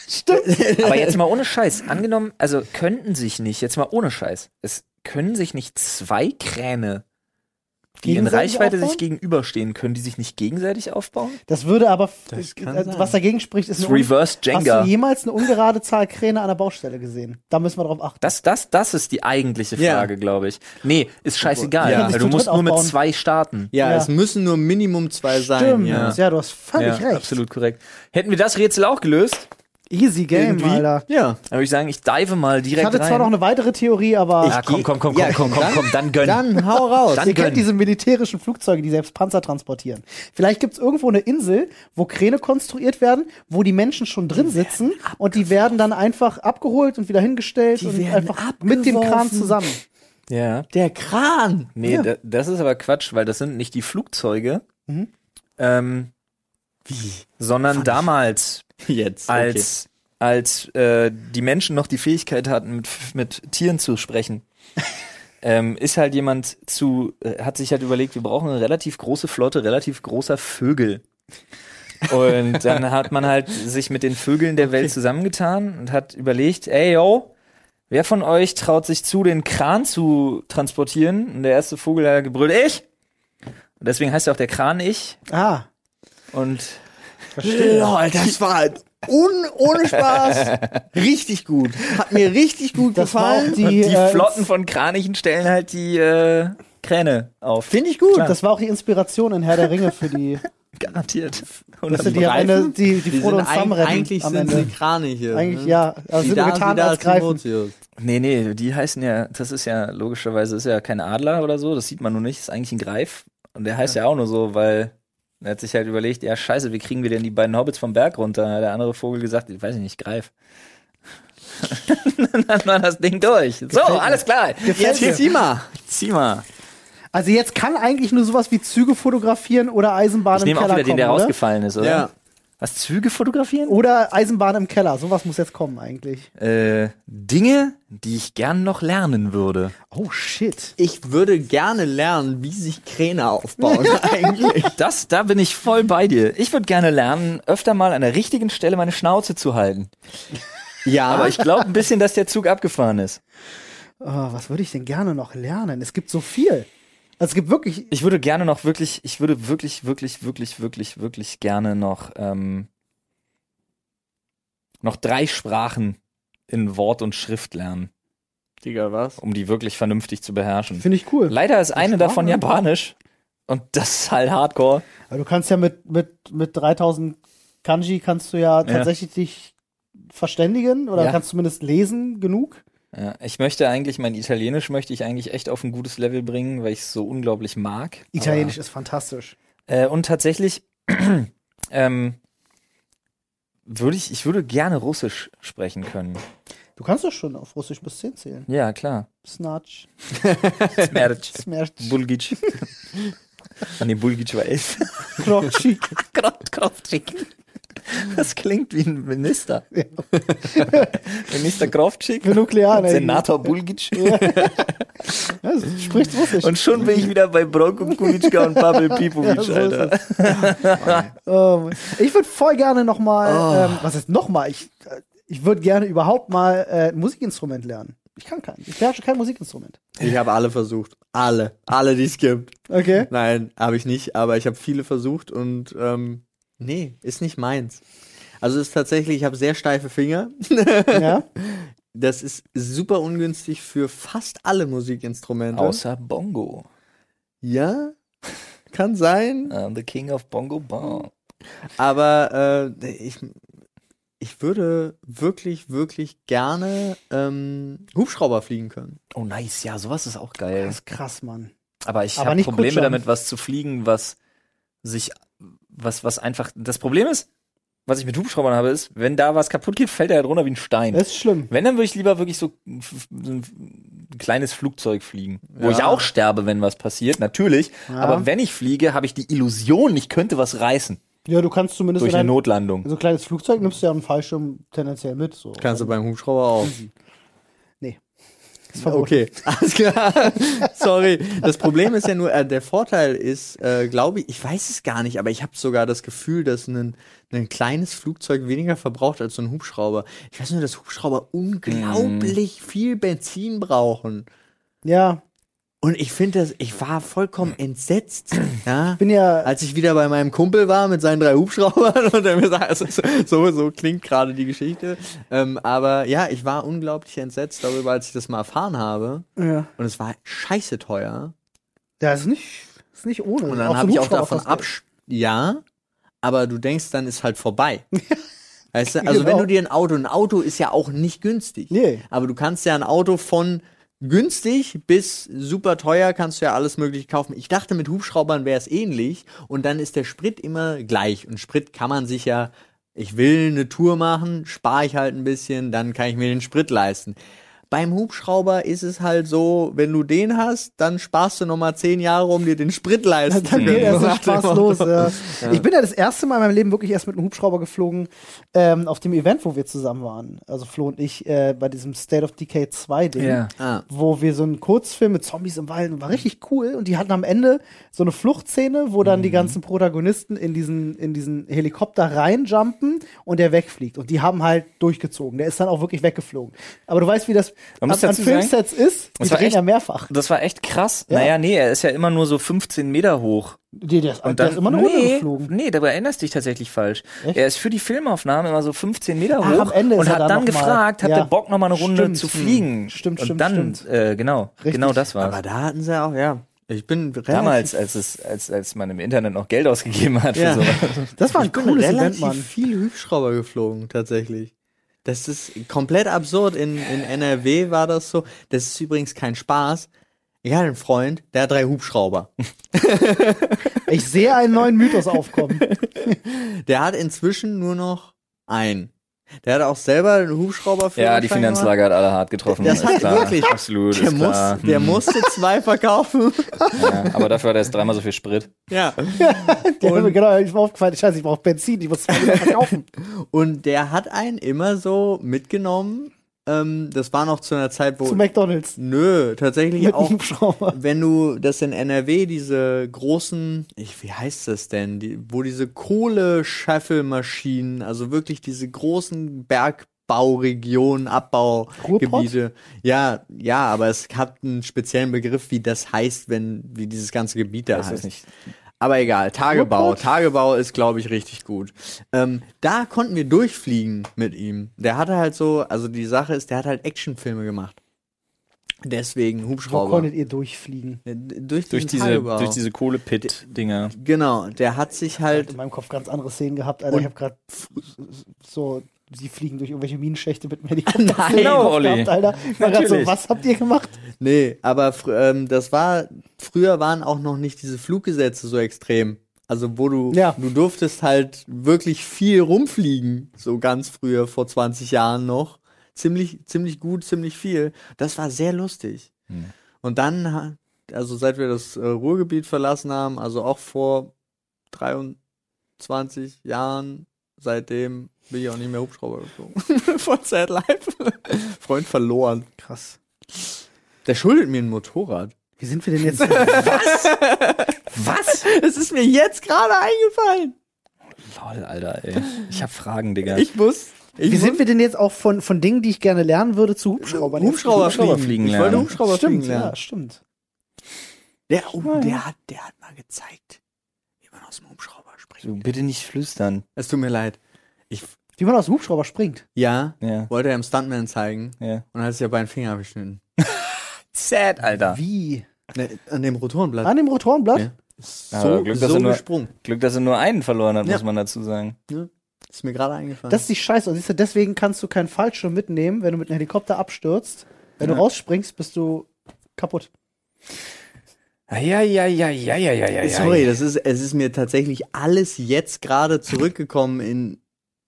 Speaker 1: Stimmt. Aber jetzt mal ohne Scheiß. Angenommen, also könnten sich nicht, jetzt mal ohne Scheiß, es können sich nicht zwei Kräne, die in
Speaker 2: Gegenseitig
Speaker 1: Reichweite sich
Speaker 2: aufbauen?
Speaker 1: gegenüberstehen können, die sich nicht gegenseitig aufbauen?
Speaker 2: Das würde aber,
Speaker 3: Das kann
Speaker 2: äh,
Speaker 3: sein.
Speaker 2: was dagegen spricht, ist
Speaker 1: Das
Speaker 2: eine un-
Speaker 1: Reverse Jenga.
Speaker 2: Hast du jemals eine ungerade Zahl Kräne an der Baustelle gesehen? Da müssen wir drauf achten.
Speaker 1: Das, das, das ist die eigentliche
Speaker 3: Ja.
Speaker 1: Frage, glaube ich. Nee, ist scheißegal.
Speaker 3: Ja.
Speaker 1: Weil du
Speaker 2: Zu
Speaker 1: musst
Speaker 2: dritt
Speaker 1: nur mit
Speaker 2: aufbauen.
Speaker 1: zwei starten.
Speaker 3: Ja,
Speaker 2: Ja.
Speaker 3: es müssen nur Minimum zwei sein.
Speaker 2: Stimmt.
Speaker 3: Ja.
Speaker 2: Ja. du hast völlig recht.
Speaker 1: absolut korrekt. Hätten wir das Rätsel auch gelöst,
Speaker 2: Easy Game,
Speaker 3: Irgendwie.
Speaker 2: Alter.
Speaker 3: Ja.
Speaker 1: dann würde ich sagen, ich dive mal
Speaker 2: Ich
Speaker 1: direkt
Speaker 2: hatte
Speaker 1: rein.
Speaker 2: zwar noch eine weitere Theorie, aber
Speaker 1: ah, komm, komm, komm, komm,
Speaker 3: Ja,
Speaker 1: komm, komm,
Speaker 3: dann-
Speaker 1: komm, dann gönn.
Speaker 3: Dann hau raus.
Speaker 1: Dann
Speaker 2: ihr kennt
Speaker 1: gönn.
Speaker 2: diese militärischen Flugzeuge, die selbst Panzer transportieren. Vielleicht gibt's irgendwo eine Insel, wo Kräne konstruiert werden, wo die Menschen schon drin sitzen und die werden dann einfach abgeholt und wieder hingestellt und
Speaker 3: werden
Speaker 2: einfach mit dem Kran
Speaker 3: abgeworfen.
Speaker 2: zusammen.
Speaker 1: ja.
Speaker 3: Der Kran.
Speaker 1: Nee,
Speaker 2: Ja.
Speaker 1: da, das ist aber Quatsch, weil das sind nicht die Flugzeuge,
Speaker 3: Mhm.
Speaker 1: ähm,
Speaker 3: Wie?
Speaker 1: sondern damals,
Speaker 3: Jetzt.
Speaker 1: als, als äh, die Menschen noch die Fähigkeit hatten, mit, mit Tieren zu sprechen. ähm, ist halt jemand zu, äh, hat sich halt überlegt, wir brauchen eine relativ große Flotte, relativ großer Vögel. Und dann hat man halt sich mit den Vögeln der Welt zusammengetan und hat überlegt, ey yo, wer von euch traut sich zu, den Kran zu transportieren? Und der erste Vogel hat gebrüllt, ich! Und deswegen heißt ja auch der Kran ich.
Speaker 2: Ah,
Speaker 1: Und
Speaker 3: Okay. Lol, das war un ohne Spaß richtig gut. Hat mir richtig gut
Speaker 2: das war auch
Speaker 3: gefallen.
Speaker 2: die,
Speaker 1: die
Speaker 2: äh,
Speaker 1: Flotten von Kranichen stellen halt die äh, Kräne auf.
Speaker 3: Finde ich gut.
Speaker 1: Klar.
Speaker 2: Das war auch die Inspiration in Herr der Ringe für die.
Speaker 1: Garantiert.
Speaker 2: Das sind
Speaker 1: Und
Speaker 2: die am Ende,
Speaker 3: Reifen?
Speaker 2: die, die
Speaker 3: Die
Speaker 2: Frodo
Speaker 3: sind
Speaker 2: und Sam
Speaker 3: eig
Speaker 2: retten.
Speaker 3: eigentlich
Speaker 2: am
Speaker 3: sind
Speaker 2: Ende.
Speaker 3: sie Krane hier.
Speaker 2: Eigentlich,
Speaker 3: ne?
Speaker 2: ja. Also
Speaker 3: Sie
Speaker 2: sind
Speaker 3: da,
Speaker 2: nur
Speaker 3: sie
Speaker 2: getan
Speaker 3: da
Speaker 2: als
Speaker 3: ist
Speaker 2: greifen.
Speaker 3: Timotheus.
Speaker 1: nee, nee, die heißen ja, das ist ja logischerweise ist ja kein Adler oder so, das sieht man nur nicht, ist eigentlich ein Greif. Und der heißt ja, auch nur so, weil er hat sich halt überlegt, ja scheiße, wie kriegen wir denn die beiden Hobbits vom Berg runter? Hat der andere Vogel gesagt, ich weiß ich nicht, Greif. Dann hat man das Ding durch. So, alles klar.
Speaker 3: Jetzt
Speaker 2: mir.
Speaker 3: zieh mal.
Speaker 1: zieh mal.
Speaker 2: Also jetzt kann eigentlich nur sowas wie Züge fotografieren oder Eisenbahn
Speaker 1: Ich
Speaker 2: im
Speaker 1: nehme auch
Speaker 2: Keller
Speaker 1: wieder den,
Speaker 2: kommen,
Speaker 1: der
Speaker 2: oder?
Speaker 1: rausgefallen ist, oder?
Speaker 3: Ja.
Speaker 1: Was, Züge fotografieren?
Speaker 2: oder Eisenbahn im Keller. Sowas muss jetzt kommen eigentlich.
Speaker 1: Äh, Dinge, die ich gern noch lernen würde.
Speaker 2: Oh shit.
Speaker 3: Ich würde gerne lernen, wie sich Kräne aufbauen eigentlich.
Speaker 1: Das, da bin ich voll bei dir. Ich würde gerne lernen, öfter mal an der richtigen Stelle meine Schnauze zu halten.
Speaker 3: Ja,
Speaker 1: Aber ich glaube ein bisschen, dass der Zug abgefahren ist.
Speaker 2: Oh, was würde ich denn gerne noch lernen? Es gibt so viel. Also es gibt wirklich.
Speaker 1: Ich würde gerne noch wirklich, ich würde wirklich, wirklich, wirklich, wirklich, wirklich gerne noch, ähm, noch drei Sprachen in Wort und Schrift lernen,
Speaker 3: Digga, was?
Speaker 1: um die wirklich vernünftig zu beherrschen.
Speaker 2: Finde ich cool.
Speaker 1: Leider ist eine
Speaker 2: Sprachen?
Speaker 1: davon Japanisch. Und das ist halt hardcore.
Speaker 2: Aber du kannst ja mit, mit, mit 3000 Kanji kannst du ja tatsächlich dich verständigen oder
Speaker 1: Ja.
Speaker 2: kannst zumindest lesen genug.
Speaker 1: Ja, ich möchte eigentlich, mein Italienisch möchte ich eigentlich echt auf ein gutes Level bringen, weil ich es so unglaublich mag.
Speaker 2: Italienisch ist fantastisch.
Speaker 1: Äh, und tatsächlich ähm, würde ich, ich würde gerne Russisch sprechen können.
Speaker 2: Du kannst doch schon auf Russisch bis 10 zählen.
Speaker 1: Ja, klar.
Speaker 2: Snatch,
Speaker 1: Smerch.
Speaker 2: Smerch,
Speaker 1: Bulgic. An dem Bulgic war elf.
Speaker 2: Krocci.
Speaker 1: Krovtschik. Das klingt wie ein Minister. Minister Krovtschik,
Speaker 2: Für Nuklearenergie.
Speaker 1: Senator Bulgic.
Speaker 2: Ja, du sprichst Russisch.
Speaker 1: Und schon bin ich wieder bei Bronko Kulitschka und Pavel Pipovic,
Speaker 2: Ja, so ist
Speaker 1: Alter.
Speaker 2: Ähm, ich würde voll gerne nochmal, ähm, was ist nochmal? Ich, äh, ich würde gerne überhaupt mal äh, ein Musikinstrument lernen. Ich kann kein, ich beherrsche kein Musikinstrument.
Speaker 3: Ich habe alle versucht. Alle. Alle, die es gibt.
Speaker 2: Okay.
Speaker 3: Nein, habe ich nicht, aber ich habe viele versucht und ähm, nee, ist nicht meins. Also ist tatsächlich, ich habe sehr steife Finger.
Speaker 2: ja.
Speaker 3: Das ist super ungünstig für fast alle
Speaker 2: ne?
Speaker 3: Musikinstrumente.
Speaker 1: Außer Bongo.
Speaker 3: Ja, kann sein.
Speaker 1: I'm Ähm, the king of Bongo Bong.
Speaker 3: Aber äh, ich, ich würde wirklich, wirklich gerne ähm, Hubschrauber fliegen können.
Speaker 1: Oh nice, ja, sowas ist auch geil.
Speaker 2: Das ist krass, Mann.
Speaker 1: Aber ich
Speaker 2: Aber
Speaker 1: habe
Speaker 2: nicht
Speaker 1: Probleme
Speaker 2: Kutscher.
Speaker 1: damit, was zu fliegen, was sich, was, was einfach. Das Problem ist, was ich mit Hubschraubern habe, ist, wenn da was kaputt geht, fällt er halt runter wie ein Stein.
Speaker 2: Das ist schlimm.
Speaker 1: Wenn, dann würde ich lieber wirklich so f- f- so ein kleines Flugzeug fliegen, wo
Speaker 3: Ja.
Speaker 1: ich auch sterbe, wenn was passiert, natürlich. Aber wenn ich fliege, habe ich die Illusion, ich könnte was reißen
Speaker 2: Ja, du kannst zumindest
Speaker 1: durch
Speaker 2: in
Speaker 1: eine
Speaker 2: ein,
Speaker 1: Notlandung.
Speaker 2: so ein kleines Flugzeug nimmst du ja einen Fallschirm tendenziell mit. So.
Speaker 3: Kannst du beim Hubschrauber auch.
Speaker 2: Nee. verboten.
Speaker 3: Okay, alles klar. Sorry. Das Problem ist ja nur, äh, der Vorteil ist, äh, glaube ich, ich weiß es gar nicht, aber ich habe sogar das Gefühl, dass ein, ein kleines Flugzeug weniger verbraucht als so ein Hubschrauber. Ich weiß nur, dass Hubschrauber unglaublich viel Benzin brauchen.
Speaker 2: Ja,
Speaker 3: Und ich finde das, ich war vollkommen entsetzt, ja,
Speaker 2: bin ja-
Speaker 3: als ich wieder bei meinem Kumpel war mit seinen drei Hubschraubern und er mir sagt, also, so, so klingt gerade die Geschichte. Ähm, aber ja, ich war unglaublich entsetzt darüber, als ich das mal erfahren habe.
Speaker 2: ja.
Speaker 3: Und es war scheiße teuer.
Speaker 2: Das ist nicht, ist nicht ohne.
Speaker 3: Und dann
Speaker 2: so
Speaker 3: habe ich auch
Speaker 2: Hubschrauber
Speaker 3: davon
Speaker 2: fast-
Speaker 3: ab. Ja, aber du denkst, dann ist halt vorbei. Weißt du? Also wenn
Speaker 2: Genau.
Speaker 3: du dir ein Auto, ein Auto ist ja auch nicht günstig.
Speaker 2: Nee.
Speaker 3: Aber du kannst ja ein Auto von günstig bis super teuer kannst du ja alles mögliche kaufen. Ich dachte, mit Hubschraubern wäre es ähnlich und dann ist der Sprit immer gleich. Und Sprit kann man sich ja, ich will eine Tour machen, spare ich halt ein bisschen, dann kann ich mir den Sprit leisten. Beim Hubschrauber ist es halt so, wenn du den hast, dann sparst du nochmal zehn Jahre, um dir den Sprit leisten zu
Speaker 2: Dann wäre er so
Speaker 3: Nach dem
Speaker 2: spaßlos.
Speaker 3: Motto.
Speaker 2: Ja. Ich bin ja das erste Mal in meinem Leben wirklich erst mit einem Hubschrauber geflogen, ähm, auf dem Event, wo wir zusammen waren. Also Flo und ich äh, bei diesem State of Decay 2 Ding.
Speaker 1: Ja.
Speaker 3: Ah.
Speaker 2: Wo wir so einen Kurzfilm mit Zombies im Wald und war richtig cool. Und die hatten am Ende so eine Fluchtszene, wo dann
Speaker 1: Mhm.
Speaker 2: die ganzen Protagonisten in diesen, in diesen Helikopter reinjumpen und der wegfliegt. Und die haben halt durchgezogen. Der ist dann auch wirklich weggeflogen. Aber du weißt, wie das
Speaker 1: Man
Speaker 2: an,
Speaker 1: muss
Speaker 2: an
Speaker 1: dazu sagen,
Speaker 2: Filmsets ist. Die
Speaker 1: das war
Speaker 2: drehen
Speaker 1: echt-
Speaker 2: ja mehrfach.
Speaker 1: Das war echt krass. Naja, nee, er ist ja immer nur so 15 Meter hoch.
Speaker 2: Der, der, ist,
Speaker 1: Und
Speaker 2: der
Speaker 1: dann,
Speaker 2: ist immer eine Runde
Speaker 1: nee,
Speaker 2: geflogen.
Speaker 1: Nee, dabei erinnerst du dich tatsächlich falsch.
Speaker 2: Echt?
Speaker 1: Er ist für die Filmaufnahmen immer so 15 Meter
Speaker 2: Ach,
Speaker 1: hoch
Speaker 2: am Ende ist
Speaker 1: und
Speaker 2: er
Speaker 1: hat
Speaker 2: dann
Speaker 1: dann
Speaker 2: noch mal.
Speaker 1: gefragt, habt
Speaker 2: Ja.
Speaker 1: ihr Bock nochmal eine Runde
Speaker 2: Stimmt. Hm.
Speaker 1: zu fliegen?
Speaker 2: Stimmt,
Speaker 1: und
Speaker 2: stimmt,
Speaker 1: dann,
Speaker 2: stimmt.
Speaker 1: Äh, genau,
Speaker 2: Richtig.
Speaker 1: genau das war's.
Speaker 3: Aber da hatten sie auch, ja. Ich bin relativ
Speaker 1: Damals, als, es, als, als man im Internet noch Geld ausgegeben hat
Speaker 3: Ja.
Speaker 1: für sowas.
Speaker 2: Das war ein
Speaker 3: Ich bin
Speaker 2: cooles
Speaker 3: relativ
Speaker 2: Event, Mann.
Speaker 3: viel Hubschrauber geflogen, tatsächlich. Das ist komplett absurd. In, in NRW war das so. Das ist übrigens kein Spaß. Ich hatte einen Freund, der hat drei Hubschrauber.
Speaker 2: Ich sehe einen neuen Mythos aufkommen.
Speaker 3: Der hat inzwischen nur noch einen. Der hat auch selber einen Hubschrauber
Speaker 1: Ja, die Finanzlage hat alle hart getroffen.
Speaker 3: Das
Speaker 1: ist
Speaker 3: hat
Speaker 1: klar.
Speaker 3: wirklich-
Speaker 1: Absolut,
Speaker 3: Der,
Speaker 1: ist klar.
Speaker 3: muss, der
Speaker 1: Hm,
Speaker 3: musste zwei verkaufen.
Speaker 1: ja. Aber dafür hat er jetzt dreimal so viel Sprit.
Speaker 3: ja.
Speaker 2: Der hat mir genau ich war aufgefallen, scheiße, ich brauche Benzin, ich muss zwei wieder verkaufen.
Speaker 3: Und der hat einen immer so mitgenommen. Ähm, das war noch zu einer Zeit, wo.
Speaker 2: zu McDonalds.
Speaker 3: Nö, tatsächlich
Speaker 2: Mit
Speaker 3: auch.
Speaker 2: einem Hubschrauber.
Speaker 3: wenn du das in NRW, diese großen, ich, wie heißt das denn, die, wo diese Kohle-Scheffelmaschinen, also wirklich diese großen Bergbauregionen, Abbaugebiete. Ja, ja, aber es hat einen speziellen Begriff, wie das heißt, wenn, wie dieses ganze Gebiet da
Speaker 1: Das
Speaker 3: heißt.
Speaker 1: ist nicht.
Speaker 3: Aber egal, Tagebau.
Speaker 2: Ruhrpott?
Speaker 3: Tagebau ist, glaube ich, richtig gut. Ähm, da konnten wir durchfliegen mit ihm. Der hatte halt so, also die Sache ist, der hat halt Actionfilme gemacht. Deswegen
Speaker 2: Wo
Speaker 3: Hubschrauber.
Speaker 2: konntet ihr durchfliegen?
Speaker 3: Ja, Ne, d- Durch,
Speaker 1: Durch
Speaker 3: diesen
Speaker 1: diese,
Speaker 3: Tagebau.
Speaker 1: durch diese Kohlepit-Dinger.
Speaker 3: Genau, der hat sich
Speaker 2: Ich hab
Speaker 3: halt.
Speaker 2: in meinem Kopf ganz andere Szenen gehabt, Alter. Ich habe gerade so, sie fliegen durch irgendwelche Minenschächte mit mir.
Speaker 3: Nein,
Speaker 1: Genau, Olli.
Speaker 2: Alter. Ich war grad so,
Speaker 1: Natürlich.
Speaker 2: was habt ihr gemacht?
Speaker 3: Nee, aber fr ähm, das war. Früher waren auch noch nicht diese Fluggesetze so extrem. Also, wo du.
Speaker 2: Ja.
Speaker 3: Du durftest halt wirklich viel rumfliegen. So ganz früher, vor 20 Jahren noch. Ziemlich, ziemlich gut, ziemlich viel. Das war sehr lustig. Und dann, ha- also seit wir das äh, Ruhrgebiet verlassen haben, also auch vor 23 Jahren, seitdem bin ich auch nicht mehr Hubschrauber geflogen. Von Sad Life. Freund verloren.
Speaker 2: Krass.
Speaker 3: Der schuldet mir ein Motorrad.
Speaker 2: Wie sind wir denn jetzt?
Speaker 1: Was?
Speaker 3: Es ist mir jetzt gerade eingefallen.
Speaker 1: Lol, Alter, ey. Ich hab Fragen, Digga.
Speaker 3: Ich muss. Ich
Speaker 2: Wie sind wir denn jetzt auch von, von Dingen, die ich gerne lernen würde, zu Hubschraubern? jetzt?
Speaker 3: Hubschrauber,
Speaker 1: Hubschrauber
Speaker 3: fliegen.
Speaker 1: fliegen
Speaker 3: ich wollte
Speaker 1: lernen.
Speaker 3: Hubschrauber
Speaker 2: Stimmt,
Speaker 3: fliegen
Speaker 2: ja,
Speaker 3: lernen.
Speaker 2: stimmt.
Speaker 3: Der, oh, der, hat, der hat mal gezeigt, wie man aus dem Hubschrauber springt.
Speaker 1: Du bitte nicht flüstern.
Speaker 3: Es tut mir leid. Ich,
Speaker 2: Wie man aus dem Hubschrauber springt.
Speaker 3: ja,
Speaker 1: Ja.
Speaker 3: wollte er im Stuntman zeigen
Speaker 1: Ja.
Speaker 3: und hat sich ja bei den Finger abgeschnitten.
Speaker 1: Sad, Alter.
Speaker 2: Wie?
Speaker 3: Ne, An dem Rotorenblatt.
Speaker 2: An dem Rotorenblatt?
Speaker 3: Ja. So,
Speaker 1: Aber Glück, dass
Speaker 3: so
Speaker 1: er nur-
Speaker 3: gesprungen.
Speaker 1: Glück, dass er nur einen verloren hat,
Speaker 3: Ja.
Speaker 1: muss man dazu sagen.
Speaker 3: Ne? Ist mir gerade eingefallen.
Speaker 2: Das ist die Scheiße. Und siehst du, deswegen kannst du keinen Fallschirm mitnehmen, wenn du mit einem Helikopter abstürzt. Wenn du rausspringst, bist du kaputt.
Speaker 1: Ah, Ja, ja, ja, ja, ja, ja, ja.
Speaker 3: Sorry, das ist, es ist mir tatsächlich alles jetzt gerade zurückgekommen in.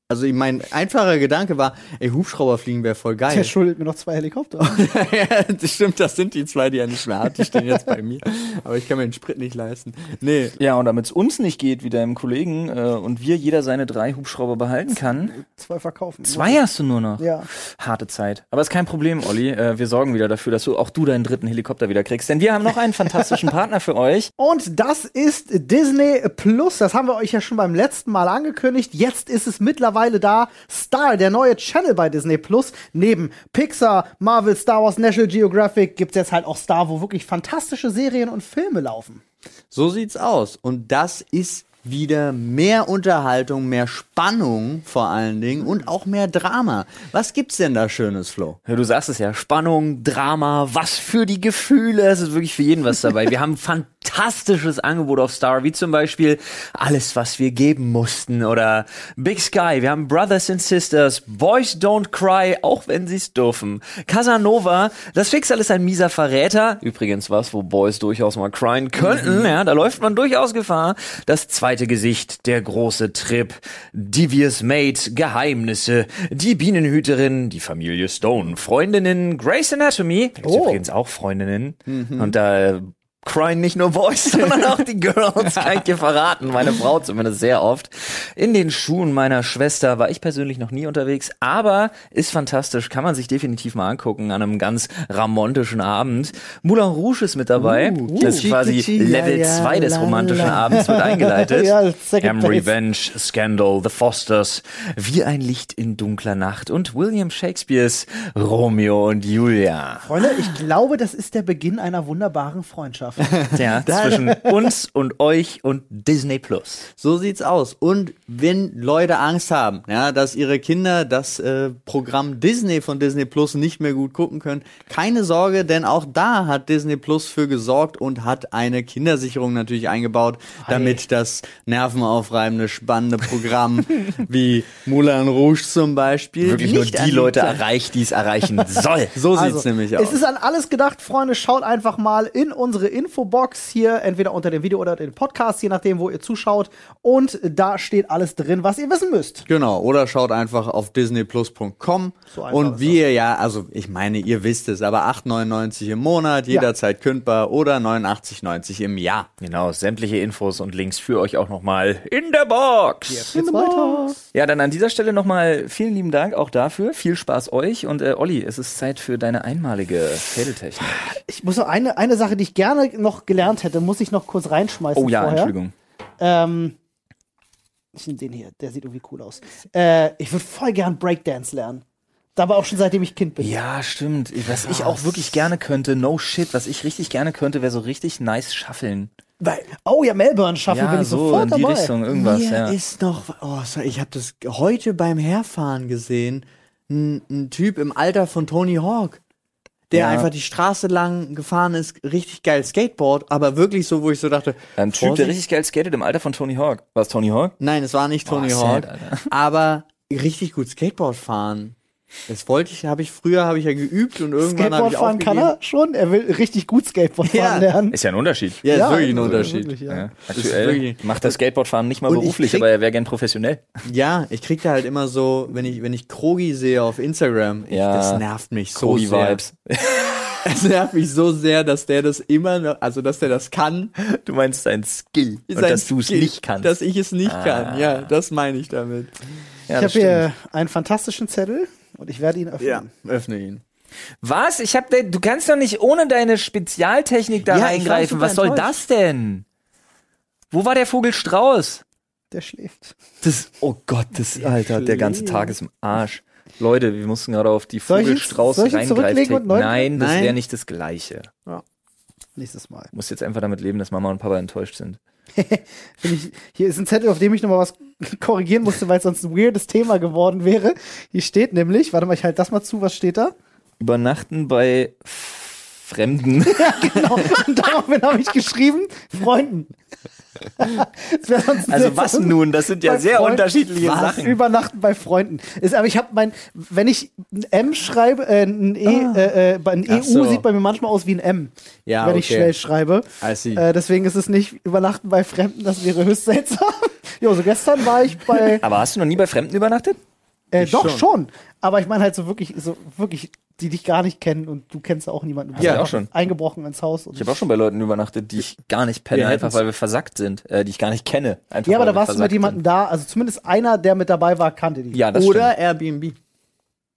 Speaker 3: Also ich mein einfacher Gedanke war, ey, Hubschrauber fliegen wäre voll geil.
Speaker 2: Der schuldet mir noch zwei Helikopter.
Speaker 3: ja, das stimmt, das sind die zwei, die er nicht mehr hat. Die stehen jetzt bei mir. Aber ich kann mir den Sprit nicht leisten. Nee,
Speaker 1: Ja, und damit es uns nicht geht wie deinem Kollegen äh, und wir jeder seine drei Hubschrauber behalten kann.
Speaker 2: Zwei verkaufen.
Speaker 1: Zwei hast du nur noch.
Speaker 2: Ja.
Speaker 1: Harte Zeit. Aber ist kein Problem, Olli. Äh, wir sorgen wieder dafür, dass du auch du deinen dritten Helikopter wieder kriegst. Denn wir haben noch einen fantastischen Partner für euch.
Speaker 2: Und das ist Disney Plus. Das haben wir euch ja schon beim letzten Mal angekündigt. Jetzt ist es mittlerweile da. Star, der neue Channel bei Disney Plus. Neben Pixar, Marvel, Star Wars, National Geographic gibt's jetzt halt auch Star, wo wirklich fantastische Serien und Filme laufen.
Speaker 3: so sieht's aus. Und das ist wieder mehr Unterhaltung, mehr Spannung vor allen Dingen und auch mehr Drama. Was gibt's denn da Schönes, Flo?
Speaker 1: Ja, du sagst es ja, Spannung, Drama, was für die Gefühle. Es ist wirklich für jeden was dabei. Wir haben ein fantastisches Angebot auf Star, wie zum Beispiel alles, was wir geben mussten oder Big Sky. Wir haben Brothers and Sisters, Boys Don't Cry, auch wenn sie es dürfen. Casanova, das Schicksal ist ein mieser Verräter. Übrigens was, wo Boys durchaus mal cryen könnten. Ja, da läuft man durchaus Gefahr. Das zweite Gesicht, der große Trip, Devious Mate, Geheimnisse, die Bienenhüterin, die Familie Stone, Freundinnen, Grey's Anatomy. Da gibt's
Speaker 2: Oh.
Speaker 1: übrigens auch Freundinnen.
Speaker 3: Mhm.
Speaker 1: Und da äh, cryen nicht nur Boys, sondern auch die Girls. Kann ich dir verraten. Meine Frau zumindest sehr oft. In den Schuhen meiner Schwester war ich persönlich noch nie unterwegs, aber ist fantastisch. Kann man sich definitiv mal angucken an einem ganz ramontischen Abend. Moulin Rouge ist mit dabei. das ist
Speaker 3: Kitschi,
Speaker 1: quasi
Speaker 3: kitschi,
Speaker 1: Level
Speaker 3: ja, ja,
Speaker 1: 2 des
Speaker 3: la,
Speaker 1: romantischen
Speaker 3: la.
Speaker 1: Abends wird eingeleitet.
Speaker 2: Ja, second
Speaker 1: Am
Speaker 2: place.
Speaker 1: Revenge, Scandal, The Fosters, Wie ein Licht in dunkler Nacht und William Shakespeares Romeo und Julia.
Speaker 2: Freunde, ich glaube, das ist der Beginn einer wunderbaren Freundschaft.
Speaker 1: Ja, zwischen uns und euch und Disney Plus.
Speaker 3: So sieht's aus. Und wenn Leute Angst haben, ja, dass ihre Kinder das äh, Programm Disney von Disney Plus nicht mehr gut gucken können, keine Sorge, denn auch da hat Disney Plus für gesorgt und hat eine Kindersicherung natürlich eingebaut, damit das nervenaufreibende, spannende Programm wie Moulin Rouge zum Beispiel
Speaker 1: Wirklich nur
Speaker 3: nicht an
Speaker 1: die Leute
Speaker 3: Kleinen-
Speaker 1: erreicht, die es erreichen soll.
Speaker 3: So sieht's
Speaker 2: Also,
Speaker 3: nämlich
Speaker 2: Es
Speaker 3: aus.
Speaker 2: ist an alles gedacht, Freunde. Schaut einfach mal in unsere Infobox hier, entweder unter dem Video oder den Podcast, je nachdem, wo ihr zuschaut. Und da steht alles drin, was ihr wissen müsst.
Speaker 3: Genau, oder schaut einfach auf disneyplus.com
Speaker 2: So einfach ist
Speaker 3: und wie ihr ja, also ich meine, ihr wisst es, aber 8,99 im Monat, jederzeit kündbar oder 89,90 im Jahr.
Speaker 1: Genau, sämtliche Infos und Links für euch auch nochmal in der Box.
Speaker 2: Jetzt weiter.
Speaker 1: Ja, dann an dieser Stelle nochmal vielen lieben Dank auch dafür. Viel Spaß euch und äh, Olli, es ist Zeit für deine einmalige Fädeltechnik.
Speaker 2: Ich muss noch eine, eine Sache, die ich gerne noch gelernt hätte, muss ich noch kurz reinschmeißen.
Speaker 1: Oh ja,
Speaker 2: vorher.
Speaker 1: Entschuldigung.
Speaker 2: Ähm, ich nehme den hier, der sieht irgendwie cool aus. Äh, ich würde voll gern Breakdance lernen. Dabei auch schon seitdem ich Kind bin.
Speaker 1: Ja, stimmt. Was ich auch wirklich gerne könnte, no shit, was ich richtig gerne könnte, wäre so richtig nice shuffeln.
Speaker 2: Weil, oh ja, Melbourne schaffen, bin
Speaker 1: Ja,
Speaker 2: ich
Speaker 1: so
Speaker 2: sofort
Speaker 1: in die
Speaker 2: dabei.
Speaker 1: Richtung irgendwas,
Speaker 3: Mir
Speaker 1: ja.
Speaker 3: ist noch, oh, sorry, ich habe das heute beim Herfahren gesehen, ein, ein Typ im Alter von Tony Hawk, der
Speaker 1: Ja.
Speaker 3: einfach die Straße lang gefahren ist, richtig geil Skateboard, aber wirklich so, wo ich so dachte,
Speaker 1: Ein Typ, der
Speaker 3: Vorsicht.
Speaker 1: richtig geil skatet im Alter von Tony Hawk. War es Tony Hawk?
Speaker 3: Nein, es war nicht Tony
Speaker 1: Oh,
Speaker 3: Hawk,
Speaker 1: sad, Alter.
Speaker 3: aber richtig gut Skateboard fahren. Das wollte ich, habe ich früher, habe ich ja geübt und irgendwann habe
Speaker 2: Skateboard
Speaker 3: ich
Speaker 2: fahren
Speaker 3: aufgegeben.
Speaker 2: kann er schon. Er will richtig gut Skateboard fahren
Speaker 3: Ja.
Speaker 2: lernen.
Speaker 1: Ist ja ein Unterschied.
Speaker 3: Ja,
Speaker 2: Ja,
Speaker 3: ist wirklich ein
Speaker 2: also
Speaker 3: Unterschied.
Speaker 2: wirklich, ja.
Speaker 1: Ja,
Speaker 3: ist
Speaker 1: aktuell
Speaker 3: wirklich-
Speaker 1: macht das Skateboardfahren nicht mal
Speaker 3: Und ich
Speaker 1: beruflich,
Speaker 3: krieg-
Speaker 1: aber er wäre gern professionell.
Speaker 3: Ja, ich krieg da halt immer so, wenn ich wenn ich Krogi sehe auf Instagram, ich,
Speaker 1: Ja.
Speaker 3: das nervt mich so
Speaker 1: Kobe
Speaker 3: sehr.
Speaker 1: Vibes.
Speaker 3: Es nervt mich so sehr, dass der das immer, noch, also dass der das kann
Speaker 1: Du meinst dein Skill und
Speaker 3: Sein
Speaker 1: dass du es
Speaker 3: Skill,
Speaker 1: nicht kannst. Ah.
Speaker 3: dass ich es nicht kann. Ja, das meine ich damit.
Speaker 1: ja,
Speaker 2: ich
Speaker 1: das
Speaker 2: habe
Speaker 1: stimmt.
Speaker 2: hier einen fantastischen Zettel und ich werde ihn öffnen.
Speaker 3: öffne ihn.
Speaker 1: Was? Ich hab, de- du kannst doch nicht ohne deine Spezialtechnik da
Speaker 3: Ja, ich war
Speaker 1: reingreifen.
Speaker 3: super
Speaker 1: Was soll
Speaker 3: enttäuscht.
Speaker 1: das denn? Wo war der Vogel Strauß?
Speaker 2: Der schläft.
Speaker 1: Das, oh Gott, das, Alter, der ganze Tag ist im Arsch. Leute, wir mussten gerade auf die
Speaker 2: Soll ich ihn-
Speaker 1: Vogelstrauß
Speaker 2: soll ich ihn zurücklegen
Speaker 1: reingreifen.
Speaker 2: und neu-
Speaker 1: Nein, das
Speaker 3: Nein.
Speaker 1: wäre nicht das Gleiche.
Speaker 2: Nächstes Mal.
Speaker 1: Muss jetzt einfach damit leben, dass Mama und Papa enttäuscht sind.
Speaker 2: Find ich, hier ist ein Zettel, auf dem ich nochmal was korrigieren musste, weil es sonst ein weirdes Thema geworden wäre. Hier steht nämlich, warte mal, ich halte das mal zu, was steht da?
Speaker 1: Übernachten bei Fremden.
Speaker 2: Genau. Und daraufhin habe ich geschrieben, Freunden. Das wär sonst ein
Speaker 1: Also
Speaker 2: Satz.
Speaker 1: was nun? Das sind ja
Speaker 2: Bei
Speaker 1: sehr
Speaker 2: Freunden.
Speaker 1: unterschiedliche
Speaker 2: Was?
Speaker 1: Sachen.
Speaker 2: Übernachten bei Freunden. Ist, aber ich habe mein, wenn ich ein M schreibe, äh, ein E,
Speaker 1: Ah.
Speaker 2: äh, äh, ein EU
Speaker 3: Ach so.
Speaker 2: sieht bei mir manchmal aus wie ein M.
Speaker 3: Ja,
Speaker 2: wenn ich
Speaker 3: okay.
Speaker 2: schnell schreibe.
Speaker 3: I see.
Speaker 2: Äh, deswegen ist es nicht Übernachten bei Fremden, das wäre höchst seltsam. jo, so gestern war ich bei.
Speaker 1: Aber hast du noch nie bei Fremden übernachtet?
Speaker 2: Äh, doch,
Speaker 3: schon.
Speaker 2: schon. Aber ich meine halt so wirklich, so wirklich, die dich gar nicht kennen und du kennst auch niemanden. Du bist
Speaker 1: Ja,
Speaker 2: einfach
Speaker 1: auch schon.
Speaker 2: eingebrochen ins Haus. Und
Speaker 1: Ich habe auch schon bei Leuten übernachtet, die ich gar nicht penne,
Speaker 3: Wir
Speaker 1: einfach
Speaker 3: hätten's.
Speaker 1: weil wir versackt sind, äh, die ich gar nicht kenne. Einfach,
Speaker 2: ja, aber
Speaker 1: weil wir
Speaker 2: da warst du mit
Speaker 1: versackt
Speaker 2: jemandem da, also zumindest einer, der mit dabei war, kannte dich.
Speaker 1: sind. Ja, Ah, das
Speaker 3: Oder Airbnb.
Speaker 1: stimmt.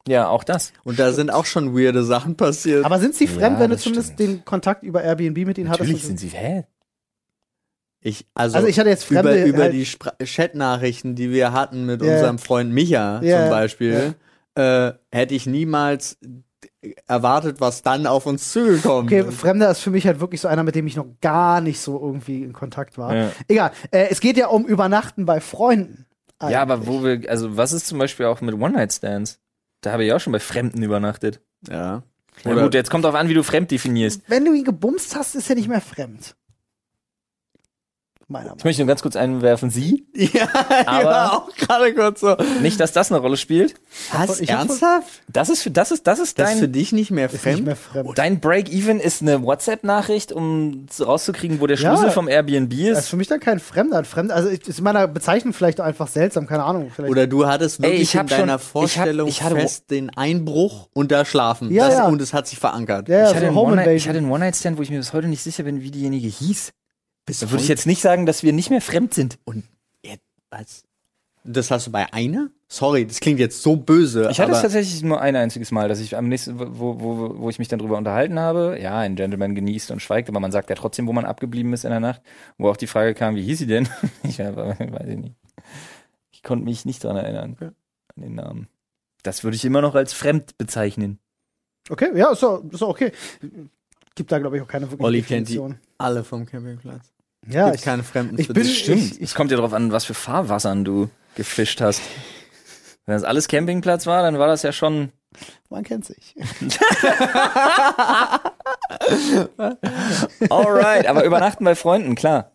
Speaker 1: Ja, auch das.
Speaker 3: Und da sind auch schon weirde Sachen passiert.
Speaker 2: Aber sind sie fremd,
Speaker 1: Ja,
Speaker 2: wenn du
Speaker 1: das
Speaker 2: zumindest
Speaker 1: stimmt.
Speaker 2: den Kontakt über Airbnb mit ihnen
Speaker 1: Natürlich
Speaker 2: hattest?
Speaker 1: sind sie, hä?
Speaker 3: ich, also,
Speaker 2: Also ich hatte jetzt Fremde
Speaker 3: über, über
Speaker 2: halt-
Speaker 3: die Spra- Chatnachrichten, die wir hatten mit
Speaker 2: Ja.
Speaker 3: unserem Freund Micha
Speaker 2: Ja,
Speaker 3: zum Beispiel, äh, hätte ich niemals erwartet, was dann auf uns zugekommen
Speaker 2: Okay,
Speaker 3: ist.
Speaker 2: Fremder ist für mich halt wirklich so einer, mit dem ich noch gar nicht so irgendwie in Kontakt war.
Speaker 1: Ja.
Speaker 2: Egal, äh, es geht ja um Übernachten bei Freunden.
Speaker 1: Ja, aber wo wir, also was ist zum Beispiel auch mit One-Night-Stands? Da habe ich auch schon bei Fremden übernachtet.
Speaker 3: Ja.
Speaker 1: Na gut, jetzt kommt drauf an, wie du fremd definierst.
Speaker 2: Wenn du ihn gebumst hast, ist er nicht mehr fremd. Meiner
Speaker 1: Ich
Speaker 2: Meinung
Speaker 1: möchte nur ganz kurz einwerfen, sie?
Speaker 3: ja,
Speaker 1: Aber-
Speaker 3: ja, auch gerade kurz so.
Speaker 1: Nicht, dass das eine Rolle spielt.
Speaker 3: Was?
Speaker 2: ich hab-
Speaker 3: Ernsthaft?
Speaker 1: Das ist für, das ist, das ist
Speaker 3: Das ist für
Speaker 1: dein,
Speaker 3: dich nicht mehr
Speaker 2: nach. Ist nicht
Speaker 3: fremd?
Speaker 2: mehr fremd.
Speaker 1: dein Break-Even ist eine WhatsApp-Nachricht, um zu- rauszukriegen, wo der
Speaker 2: Ja.
Speaker 1: Schlüssel vom Airbnb
Speaker 2: Das ist
Speaker 1: ist.
Speaker 2: für mich dann kein Fremder. Ein Fremder, also ich, ist meiner Bezeichnung vielleicht auch einfach seltsam, keine Ahnung. Vielleicht.
Speaker 3: Oder du hattest
Speaker 1: Ey,
Speaker 3: wirklich
Speaker 1: ich hab
Speaker 3: in deiner
Speaker 1: schon- ich hab-
Speaker 3: Vorstellung
Speaker 1: ich hatte-
Speaker 3: fest den Einbruch und da schlafen.
Speaker 2: Ja,
Speaker 3: das,
Speaker 2: ja.
Speaker 3: Und es hat sich verankert.
Speaker 2: ja,
Speaker 1: Ich hatte
Speaker 2: so
Speaker 1: einen
Speaker 2: Home
Speaker 1: One-Night- ich hatte
Speaker 2: Invasion.
Speaker 1: einen One-Night-Stand, wo ich mir bis heute nicht sicher bin, wie diejenige hieß.
Speaker 3: Bis
Speaker 1: Da würde ich jetzt nicht sagen, dass wir nicht mehr fremd sind.
Speaker 3: Und ja, was? Das hast du bei einer? Sorry, das klingt jetzt so böse.
Speaker 1: Ich hatte es
Speaker 3: aber
Speaker 1: tatsächlich nur ein einziges Mal, dass ich am nächsten, wo, wo, wo ich mich dann drüber unterhalten habe, ja, ein Gentleman genießt und schweigt, aber man sagt ja trotzdem, wo man abgeblieben ist in der Nacht, wo auch die Frage kam, wie hieß sie denn? Ich hab- weiß ich nicht. Ich konnte mich nicht dran erinnern,
Speaker 3: Ja.
Speaker 1: an den Namen. Das würde ich immer noch als fremd bezeichnen.
Speaker 2: Okay, ja, ist doch, ist doch okay. Gibt da, glaube ich, auch keine wirkliche
Speaker 3: Olli kennt die-
Speaker 2: Definition.
Speaker 3: alle vom Campingplatz.
Speaker 2: Ja,
Speaker 3: Gibt
Speaker 2: ich,
Speaker 3: keine Fremden
Speaker 2: ich
Speaker 3: für
Speaker 2: bin-
Speaker 3: dich.
Speaker 2: Stimmt.
Speaker 1: Es kommt ja darauf an, was für Fahrwassern du gefischt hast. Wenn das alles Campingplatz war, dann war das ja schon
Speaker 2: man kennt sich.
Speaker 1: alright. Aber übernachten bei Freunden, klar.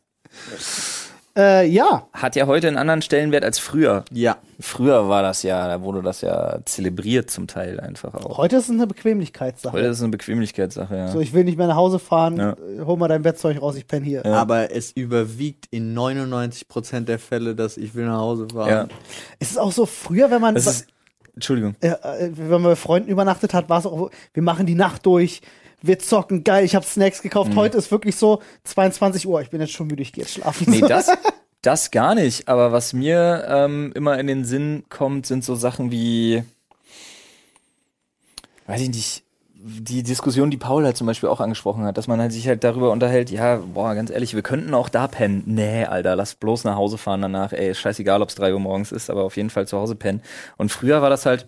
Speaker 2: Äh, ja,
Speaker 1: Hat ja heute einen anderen Stellenwert als früher.
Speaker 3: Ja.
Speaker 1: Früher war das ja, da wurde das ja zelebriert zum Teil einfach auch.
Speaker 2: heute ist es eine Bequemlichkeitssache.
Speaker 1: Heute ist es eine Bequemlichkeitssache, ja.
Speaker 2: So, ich will nicht mehr nach Hause fahren,
Speaker 1: Ja.
Speaker 2: äh, hol mal dein Bettzeug raus, ich penne hier.
Speaker 3: Aber es überwiegt in 99% der Fälle, dass ich will nach Hause
Speaker 1: ja.
Speaker 3: fahren.
Speaker 2: Es ist auch so, früher, wenn man,
Speaker 1: Das ist, Entschuldigung.
Speaker 2: äh, äh, wenn man bei Freunden übernachtet hat, war es auch, so, wir machen die Nacht durch, wir zocken, geil, ich habe Snacks
Speaker 1: Mhm.
Speaker 2: gekauft. Heute ist wirklich so 22 Uhr, ich bin jetzt schon müde, ich gehe jetzt schlafen.
Speaker 1: Nee, das, das gar nicht. Aber was mir ähm, immer in den Sinn kommt, sind so Sachen wie, weiß ich nicht, die Diskussion, die Paul halt zum Beispiel auch angesprochen hat, dass man halt sich halt darüber unterhält, ja, boah, ganz ehrlich, wir könnten auch da pennen. Nee, Alter, lass bloß nach Hause fahren danach. Ey, ist scheißegal, ob's drei Uhr morgens ist, aber auf jeden Fall zu Hause pennen. Und früher war das halt,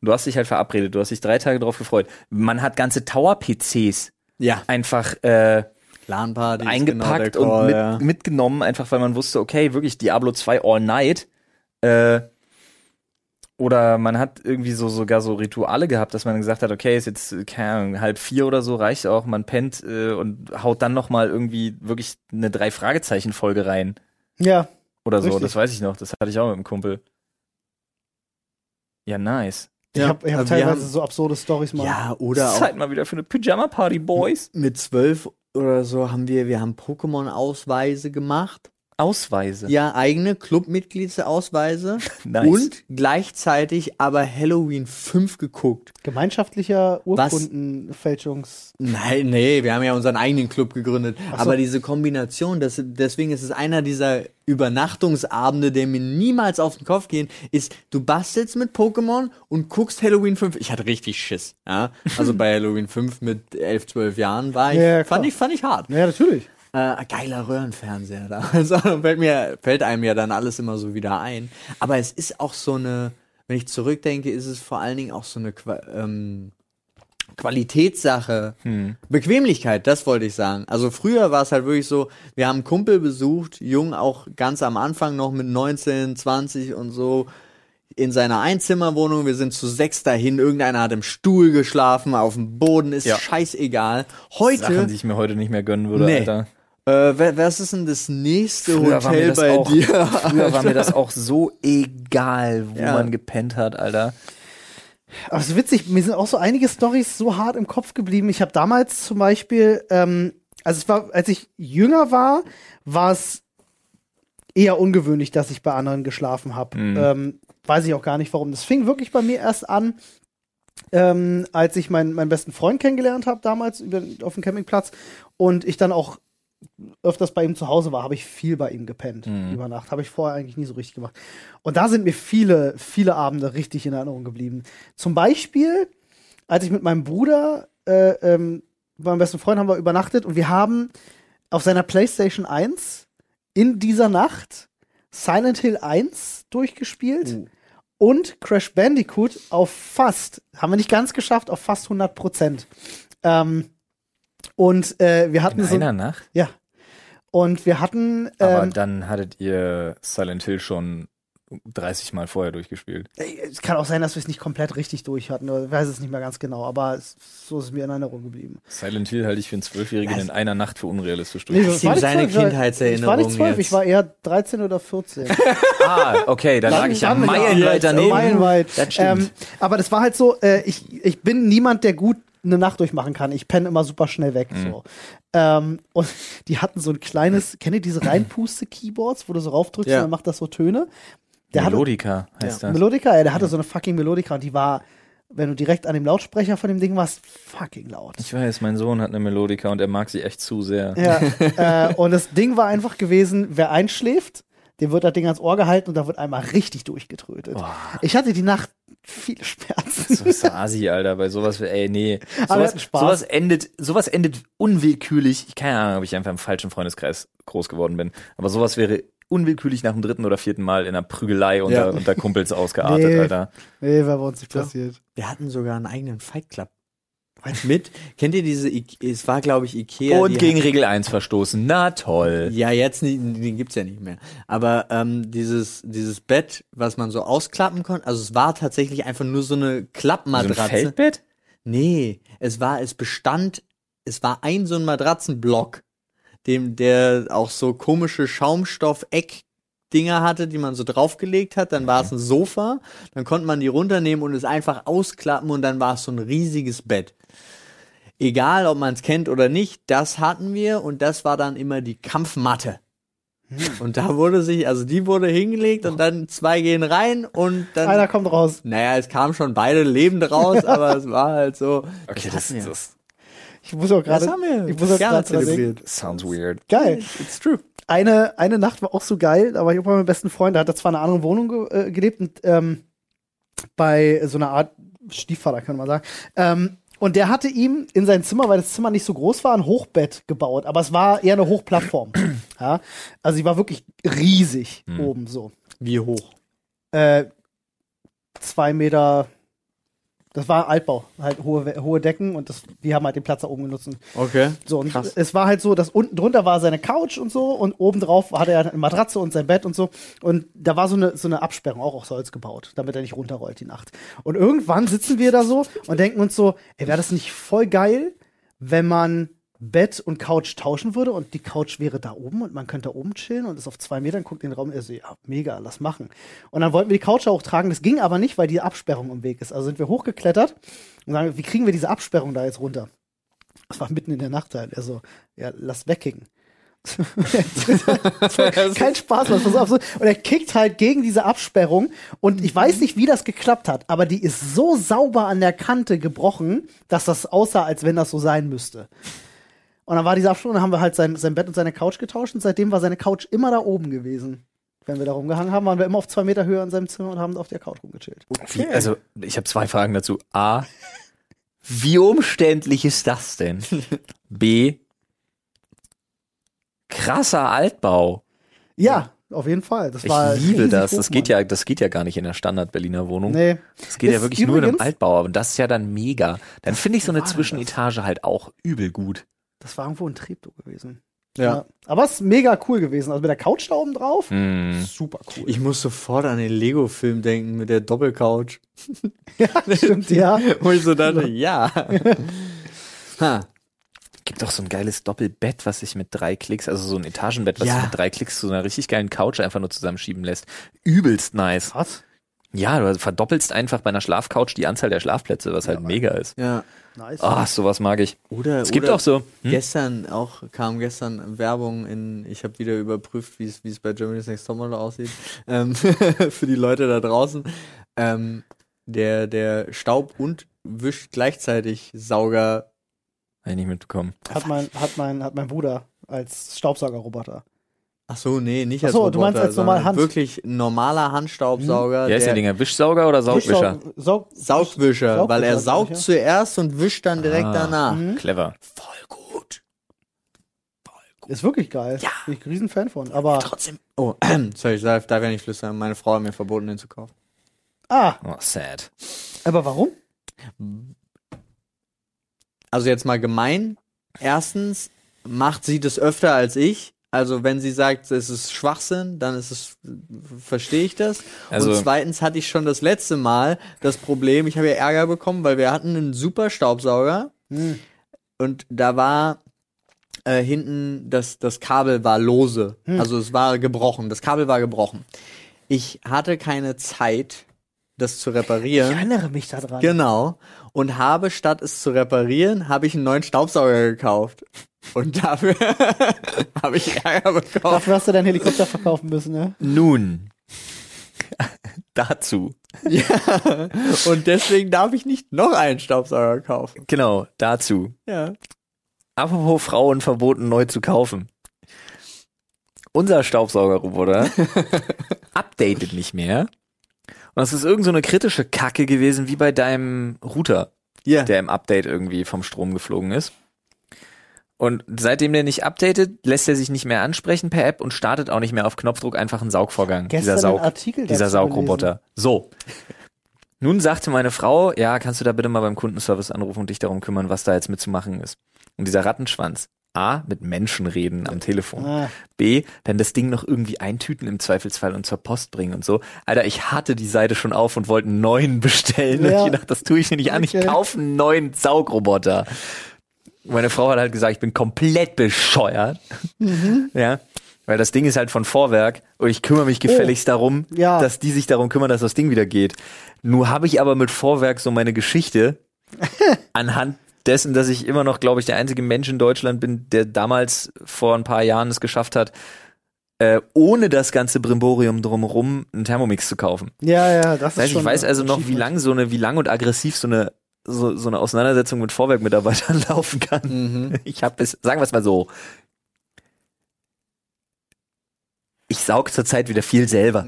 Speaker 1: du hast dich halt verabredet, du hast dich drei Tage drauf gefreut. Man hat ganze Tower-PCs
Speaker 3: Ja.
Speaker 1: einfach, äh,
Speaker 3: LAN-Party ist genau der
Speaker 1: eingepackt
Speaker 3: Call,
Speaker 1: und mit,
Speaker 3: ja.
Speaker 1: mitgenommen, einfach weil man wusste, okay, wirklich Diablo 2 All Night. Äh, oder man hat irgendwie so sogar so Rituale gehabt, dass man gesagt hat, okay, ist jetzt äh, keine Ahnung, halb vier oder so, reicht auch, man pennt äh, und haut dann noch mal irgendwie wirklich eine drei Fragezeichen Folge rein
Speaker 2: ja,
Speaker 1: oder so.
Speaker 2: Richtig.
Speaker 1: Das weiß ich noch, das hatte ich auch mit dem Kumpel. Ja, also nice.
Speaker 2: ich habe ich hab
Speaker 3: aber wir
Speaker 2: teilweise
Speaker 3: haben-
Speaker 2: so absurde Stories mal.
Speaker 3: Ja, oder auch
Speaker 1: Zeit halt mal wieder für eine Pyjama Party, Boys.
Speaker 3: mit zwölf oder so haben wir, wir haben Pokémon-Ausweise gemacht.
Speaker 1: Ausweise.
Speaker 3: Ja, eigene Clubmitgliedsausweise.
Speaker 1: Nice.
Speaker 3: Und gleichzeitig aber Halloween 5 geguckt.
Speaker 2: Gemeinschaftlicher Urkundenfälschungs...
Speaker 3: Nein, nee, wir haben ja unseren eigenen Club gegründet.
Speaker 2: so.
Speaker 3: Aber diese Kombination, das, deswegen ist es einer dieser Übernachtungsabende, der mir niemals auf den Kopf gehen, ist, du bastelst mit Pokémon und guckst Halloween 5. Ich hatte richtig Schiss, ja. Also bei Halloween 5 mit 11, 12 Jahren war ich,
Speaker 2: Ja, ja,
Speaker 3: fand
Speaker 2: klar.
Speaker 3: ich, fand ich hart.
Speaker 2: Ja, natürlich.
Speaker 3: Äh, geiler Röhrenfernseher da. Also, fällt, mir, fällt einem ja dann alles immer so wieder ein. Aber es ist auch so eine, wenn ich zurückdenke, ist es vor allen Dingen auch so eine Qua ähm, Qualitätssache.
Speaker 1: Hm.
Speaker 3: Bequemlichkeit, das wollte ich sagen. Also früher war es halt wirklich so, wir haben einen Kumpel besucht, jung auch ganz am Anfang noch mit 19, 20 und so in seiner Einzimmerwohnung, wir sind zu sechs dahin, irgendeiner hat im Stuhl geschlafen, auf dem Boden, ist
Speaker 1: Ja.
Speaker 3: scheißegal. Heute
Speaker 1: Sachen, die ich mir heute nicht mehr gönnen würde,
Speaker 3: Nee.
Speaker 1: Alter.
Speaker 3: äh, wa- was ist denn das nächste
Speaker 1: Früher war mir
Speaker 3: Hotel
Speaker 1: das
Speaker 3: bei
Speaker 1: auch-
Speaker 3: dir?
Speaker 1: Früher war mir das auch so egal, wo
Speaker 3: Ja.
Speaker 1: man gepennt hat, Alter.
Speaker 2: Aber es ist witzig, mir sind auch so einige Stories so hart im Kopf geblieben. Ich habe damals zum Beispiel, ähm, also es war, als ich jünger war, war es eher ungewöhnlich, dass ich bei anderen geschlafen habe. Ähm, Weiß ich auch gar nicht warum. Das fing wirklich bei mir erst an, ähm, als ich meinen, meinen besten Freund kennengelernt habe damals über, auf dem Campingplatz und ich dann auch öfters bei ihm zu Hause war, habe ich viel bei ihm gepennt über Nacht. Habe ich vorher eigentlich nie so richtig gemacht. Und da sind mir viele, viele Abende richtig in Erinnerung geblieben. Zum Beispiel, als ich mit meinem Bruder, äh, ähm, meinem besten Freund haben wir übernachtet und wir haben auf seiner PlayStation 1 in dieser Nacht Silent Hill 1 durchgespielt und Crash Bandicoot auf fast, haben wir nicht ganz geschafft, auf fast 100 Prozent. Ähm, und äh, wir hatten
Speaker 4: In
Speaker 2: so
Speaker 4: einer Nacht?
Speaker 2: ja. Und wir hatten,
Speaker 1: Aber
Speaker 2: ähm,
Speaker 1: dann hattet ihr Silent Hill schon 30 Mal vorher durchgespielt.
Speaker 2: ey, es kann auch sein, dass wir es nicht komplett richtig durch hatten, oder ich weiß es nicht mehr ganz genau, aber es, so ist es mir in Erinnerung geblieben.
Speaker 1: Silent Hill halte ich für einen Zwölfjährigen in einer Nacht für unrealistisch
Speaker 2: Nee,
Speaker 1: durch.
Speaker 2: das
Speaker 3: ihm
Speaker 2: zwölf, ich war-
Speaker 3: seine
Speaker 2: Ich war
Speaker 3: Kindheitserinnerung
Speaker 2: nicht zwölf,
Speaker 3: jetzt.
Speaker 2: ich war eher 13 oder 14.
Speaker 4: Ah, okay, da lag ich ja
Speaker 2: Dann- dann-
Speaker 4: meilenweit
Speaker 2: ja, äh,
Speaker 4: daneben.
Speaker 2: Meilenweit.
Speaker 3: Das stimmt.
Speaker 2: Ähm, aber das war halt so, äh, ich, ich bin niemand, der gut eine Nacht durchmachen kann. Ich penne immer super schnell weg.
Speaker 4: Mhm.
Speaker 2: So. Ähm, und die hatten so ein kleines, kennt ihr diese Reinpuste-Keyboards, wo du so raufdrückst
Speaker 3: Ja.
Speaker 2: und dann macht das so Töne? Der hatte-
Speaker 1: Melodica heißt das.
Speaker 2: Melodica, ja, der hatte so eine fucking Melodica und die war, wenn du direkt an dem Lautsprecher von dem Ding warst, fucking laut.
Speaker 1: Ich weiß, mein Sohn hat eine Melodica und er mag sie echt zu sehr.
Speaker 2: Ja, äh, und das Ding war einfach gewesen, wer einschläft, dem wird das Ding ans Ohr gehalten und da wird einmal richtig durchgetrötet. Ich hatte die Nacht viele Schmerzen.
Speaker 1: So ist der Asi, Alter, bei sowas, ey, nee.
Speaker 2: Aber wir
Speaker 1: Sowas,
Speaker 2: hatten Spaß.
Speaker 1: sowas endet, sowas endet unwillkürlich. Ich keine Ahnung, ob ich einfach im falschen Freundeskreis groß geworden bin. Aber sowas wäre unwillkürlich nach dem dritten oder vierten Mal in einer Prügelei unter,
Speaker 3: Ja.
Speaker 1: unter Kumpels ausgeartet,
Speaker 2: Nee.
Speaker 1: Alter.
Speaker 2: Nee, war bei uns nicht
Speaker 3: Ja.
Speaker 2: passiert.
Speaker 3: Wir hatten sogar einen eigenen Fight Club. Mit, kennt ihr diese, I es war glaube ich Ikea.
Speaker 1: Und
Speaker 3: die
Speaker 1: gegen Regel 1 verstoßen. Na toll.
Speaker 3: Ja, jetzt, nie- den gibt's ja nicht mehr. Aber ähm, dieses, dieses Bett, was man so ausklappen konnte, also es war tatsächlich einfach nur so eine Klappmatratze.
Speaker 1: Feldbett?
Speaker 3: Nee, es war, es bestand, es war ein so ein Matratzenblock, dem, der auch so komische Schaumstoff-Eck-Dinger hatte, die man so draufgelegt hat. Dann war es ein Sofa, dann konnte man die runternehmen und es einfach ausklappen und dann war es so ein riesiges Bett. Egal, ob man es kennt oder nicht, das hatten wir und das war dann immer die Kampfmatte. Und da wurde sich, also die wurde hingelegt und dann zwei gehen rein und dann.
Speaker 2: Einer kommt raus.
Speaker 3: Naja, es kamen schon beide lebend raus, aber es war halt so.
Speaker 1: Okay, das,
Speaker 3: hatten wir.
Speaker 1: das
Speaker 2: Ich muss auch gerade.
Speaker 3: Das haben wir
Speaker 2: Ich muss auch
Speaker 3: gerne
Speaker 2: gerade dran denken.
Speaker 3: zelebriert.
Speaker 1: sounds weird.
Speaker 2: Geil.
Speaker 3: It's true.
Speaker 2: eine, eine Nacht war auch so geil, da war ich auch bei meinem besten Freund, der hat da zwar in einer anderen Wohnung ge äh, gelebt und ähm, bei so einer Art Stiefvater, kann man sagen. Ähm, und der hatte ihm in sein Zimmer, weil das Zimmer nicht so groß war, ein Hochbett gebaut, aber es war eher eine Hochplattform. ja? Also sie war wirklich riesig
Speaker 3: Hm.
Speaker 2: oben so.
Speaker 3: Wie hoch?
Speaker 2: Äh, zwei Meter. Das war Altbau, halt hohe, We- hohe Decken und das, wir haben halt den Platz da oben genutzt. und
Speaker 3: Okay.
Speaker 2: so, und
Speaker 3: Krass.
Speaker 2: es war halt so, dass unten drunter war seine Couch und so und oben drauf hatte er eine Matratze und sein Bett und so. Und da war so eine, so eine Absperrung, auch aus Holz gebaut, damit er nicht runterrollt die Nacht. Und irgendwann sitzen wir da so und denken uns so, ey, wäre das nicht voll geil, wenn man Bett und Couch tauschen würde und die Couch wäre da oben und man könnte da oben chillen und ist auf zwei Metern, guckt in den Raum, er so, ja, mega, lass machen. Und dann wollten wir die Couch hochtragen, das ging aber nicht, weil die Absperrung im Weg ist. Also sind wir hochgeklettert und sagen, wie kriegen wir diese Absperrung da jetzt runter? Das war mitten in der Nacht halt. Er so, ja, lass wegkicken. Das war Kein Spaß, was pass auf. so. Und er kickt halt gegen diese Absperrung und ich weiß nicht, wie das geklappt hat, aber die ist so sauber an der Kante gebrochen, dass das aussah, als wenn das so sein müsste. Und dann war diese Absperrung, dann haben wir halt sein, sein Bett und seine Couch getauscht und seitdem war seine Couch immer da oben gewesen. Wenn wir da rumgehangen haben, waren wir immer auf zwei Meter Höhe in seinem Zimmer und haben auf der Couch rumgechillt.
Speaker 1: Wie, also, ich habe zwei Fragen dazu. A. Wie umständlich ist das denn? B. Krasser Altbau.
Speaker 2: Ja, auf jeden Fall. Das
Speaker 1: Ich
Speaker 2: war
Speaker 1: liebe
Speaker 2: riesig
Speaker 1: das.
Speaker 2: hoch,
Speaker 1: Das geht
Speaker 2: Mann.
Speaker 1: ja, das geht ja gar nicht in der Standard-Berliner Wohnung.
Speaker 2: Nee.
Speaker 1: Das geht ja
Speaker 2: Ist
Speaker 1: wirklich nur in einem
Speaker 2: übrigens-
Speaker 1: Altbau. Und das ist ja dann mega. Dann finde ich so eine
Speaker 2: war denn das?
Speaker 1: Zwischenetage halt auch übel gut.
Speaker 2: Das war irgendwo ein Treptow gewesen.
Speaker 3: Ja.
Speaker 2: Aber es ist mega cool gewesen. Also mit der Couch da oben drauf.
Speaker 1: Hm.
Speaker 2: Super cool.
Speaker 3: Ich muss sofort an den Lego-Film denken mit der Doppelcouch.
Speaker 2: Stimmt, ja.
Speaker 3: Wo ich so dachte, ja. ha.
Speaker 1: Gibt auch so ein geiles Doppelbett, was sich mit drei Klicks, also so ein Etagenbett, was
Speaker 3: Ja.
Speaker 1: sich mit drei Klicks zu einer richtig geilen Couch einfach nur zusammenschieben lässt. Übelst nice.
Speaker 2: Was?
Speaker 1: Ja, du verdoppelst einfach bei einer Schlafcouch die Anzahl der Schlafplätze, was halt mega ist.
Speaker 3: Ja.
Speaker 2: Nice.
Speaker 1: Ah, sowas mag ich.
Speaker 3: Oder,
Speaker 1: Es gibt
Speaker 3: oder
Speaker 1: auch so. hm?
Speaker 3: Gestern auch kam gestern Werbung in. Ich habe wieder überprüft, wie es wie es bei Germany's Next Topmodel aussieht. Ähm, für die Leute da draußen. Ähm, der der Staub und wischt gleichzeitig Sauger.
Speaker 1: Hab ich nicht mitbekommen.
Speaker 2: Hat mein, hat mein, hat mein Bruder als Staubsaugerroboter.
Speaker 3: Ach so, nee, nicht
Speaker 2: Ach
Speaker 3: als
Speaker 2: so,
Speaker 3: Roboter,
Speaker 2: du meinst als normal
Speaker 3: sondern
Speaker 2: Hand-
Speaker 3: wirklich ein normaler Handstaubsauger.
Speaker 1: Wie heißt der Dinger? Wischsauger oder Saugwischer?
Speaker 2: Saug, Saug,
Speaker 3: Saugwischer,
Speaker 2: Saugwischer,
Speaker 3: weil er
Speaker 2: glaub
Speaker 3: saugt
Speaker 2: ich, ja.
Speaker 3: zuerst und wischt dann direkt
Speaker 1: Ah.
Speaker 3: danach.
Speaker 2: Mhm.
Speaker 1: Clever.
Speaker 3: Voll gut.
Speaker 2: ist wirklich geil. Ja. Bin ich ein Riesenfan von. Aber,
Speaker 3: Trotzdem. Oh, sorry, ich darf, darf ja nicht flüstern. Meine Frau hat mir verboten, den zu kaufen.
Speaker 2: ah,
Speaker 1: Oh, sad.
Speaker 2: aber warum?
Speaker 3: Also jetzt mal gemein. Erstens macht sie das öfter als ich. Also wenn sie sagt, es ist Schwachsinn, dann ist es, verstehe ich das.
Speaker 1: Also-
Speaker 3: und zweitens hatte ich schon das letzte Mal das Problem, ich habe ja Ärger bekommen, weil wir hatten einen super Staubsauger.
Speaker 2: Hm.
Speaker 3: und da war äh, hinten das, das Kabel war lose. Also es war gebrochen. Das Kabel war gebrochen. Ich hatte keine Zeit, das zu
Speaker 2: Ich
Speaker 3: reparieren.
Speaker 2: erinnere mich daran.
Speaker 3: Genau. Und habe statt es zu reparieren, habe ich einen neuen Staubsauger gekauft. Und dafür habe ich Ärger bekommen.
Speaker 2: Dafür hast du deinen Helikopter verkaufen müssen, ne?
Speaker 1: Nun. Dazu.
Speaker 3: Und deswegen darf ich nicht noch einen Staubsauger kaufen.
Speaker 1: Genau, dazu.
Speaker 3: Ja.
Speaker 1: Apropos Frauen verboten neu zu kaufen. Unser Staubsaugerroboter updatet nicht mehr. Und das ist irgend so eine kritische Kacke gewesen, wie bei deinem Router.
Speaker 3: Ja.
Speaker 1: der im Update irgendwie vom Strom geflogen ist. Und seitdem der nicht updatet, lässt er sich nicht mehr ansprechen per App und startet auch nicht mehr auf Knopfdruck einfach einen Saugvorgang.
Speaker 2: Gestern
Speaker 1: dieser Saug,
Speaker 2: einen Artikel
Speaker 1: dieser
Speaker 2: dazu
Speaker 1: Saugroboter. So. Nun sagte meine Frau, ja, kannst du da bitte mal beim Kundenservice anrufen und dich darum kümmern, was da jetzt mitzumachen ist. Und dieser Rattenschwanz. A, mit Menschen reden am Telefon.
Speaker 2: Ah.
Speaker 1: B, dann das Ding noch irgendwie eintüten im Zweifelsfall und zur Post bringen und so. Alter, ich hatte die Seite schon auf und wollte einen neuen bestellen.
Speaker 2: Ja.
Speaker 1: Und ich dachte, das tue ich mir nicht an. Ich
Speaker 2: Okay.
Speaker 1: kaufe einen neuen Saugroboter. Meine Frau hat halt gesagt, ich bin komplett bescheuert. Ja. Weil das Ding ist halt von Vorwerk und ich kümmere mich gefälligst darum,
Speaker 2: Ja.
Speaker 1: dass die sich darum kümmern, dass das Ding wieder geht. Nur habe ich aber mit Vorwerk so meine Geschichte anhand dessen, dass ich immer noch, glaube ich, der einzige Mensch in Deutschland bin, der damals vor ein paar Jahren es geschafft hat, äh, ohne das ganze Brimborium drumherum einen Thermomix zu kaufen.
Speaker 2: Ja, ja, das
Speaker 1: Das
Speaker 2: ist
Speaker 1: heißt,
Speaker 2: schon
Speaker 1: ich weiß
Speaker 2: ein
Speaker 1: also noch, wie
Speaker 2: Achievement.
Speaker 1: lang so eine, wie lang und aggressiv so eine so, so eine Auseinandersetzung mit Vorwerk-Mitarbeitern laufen kann.
Speaker 3: Mhm.
Speaker 1: Ich habe es, sagen wir es mal so. Ich saug zurzeit wieder viel selber.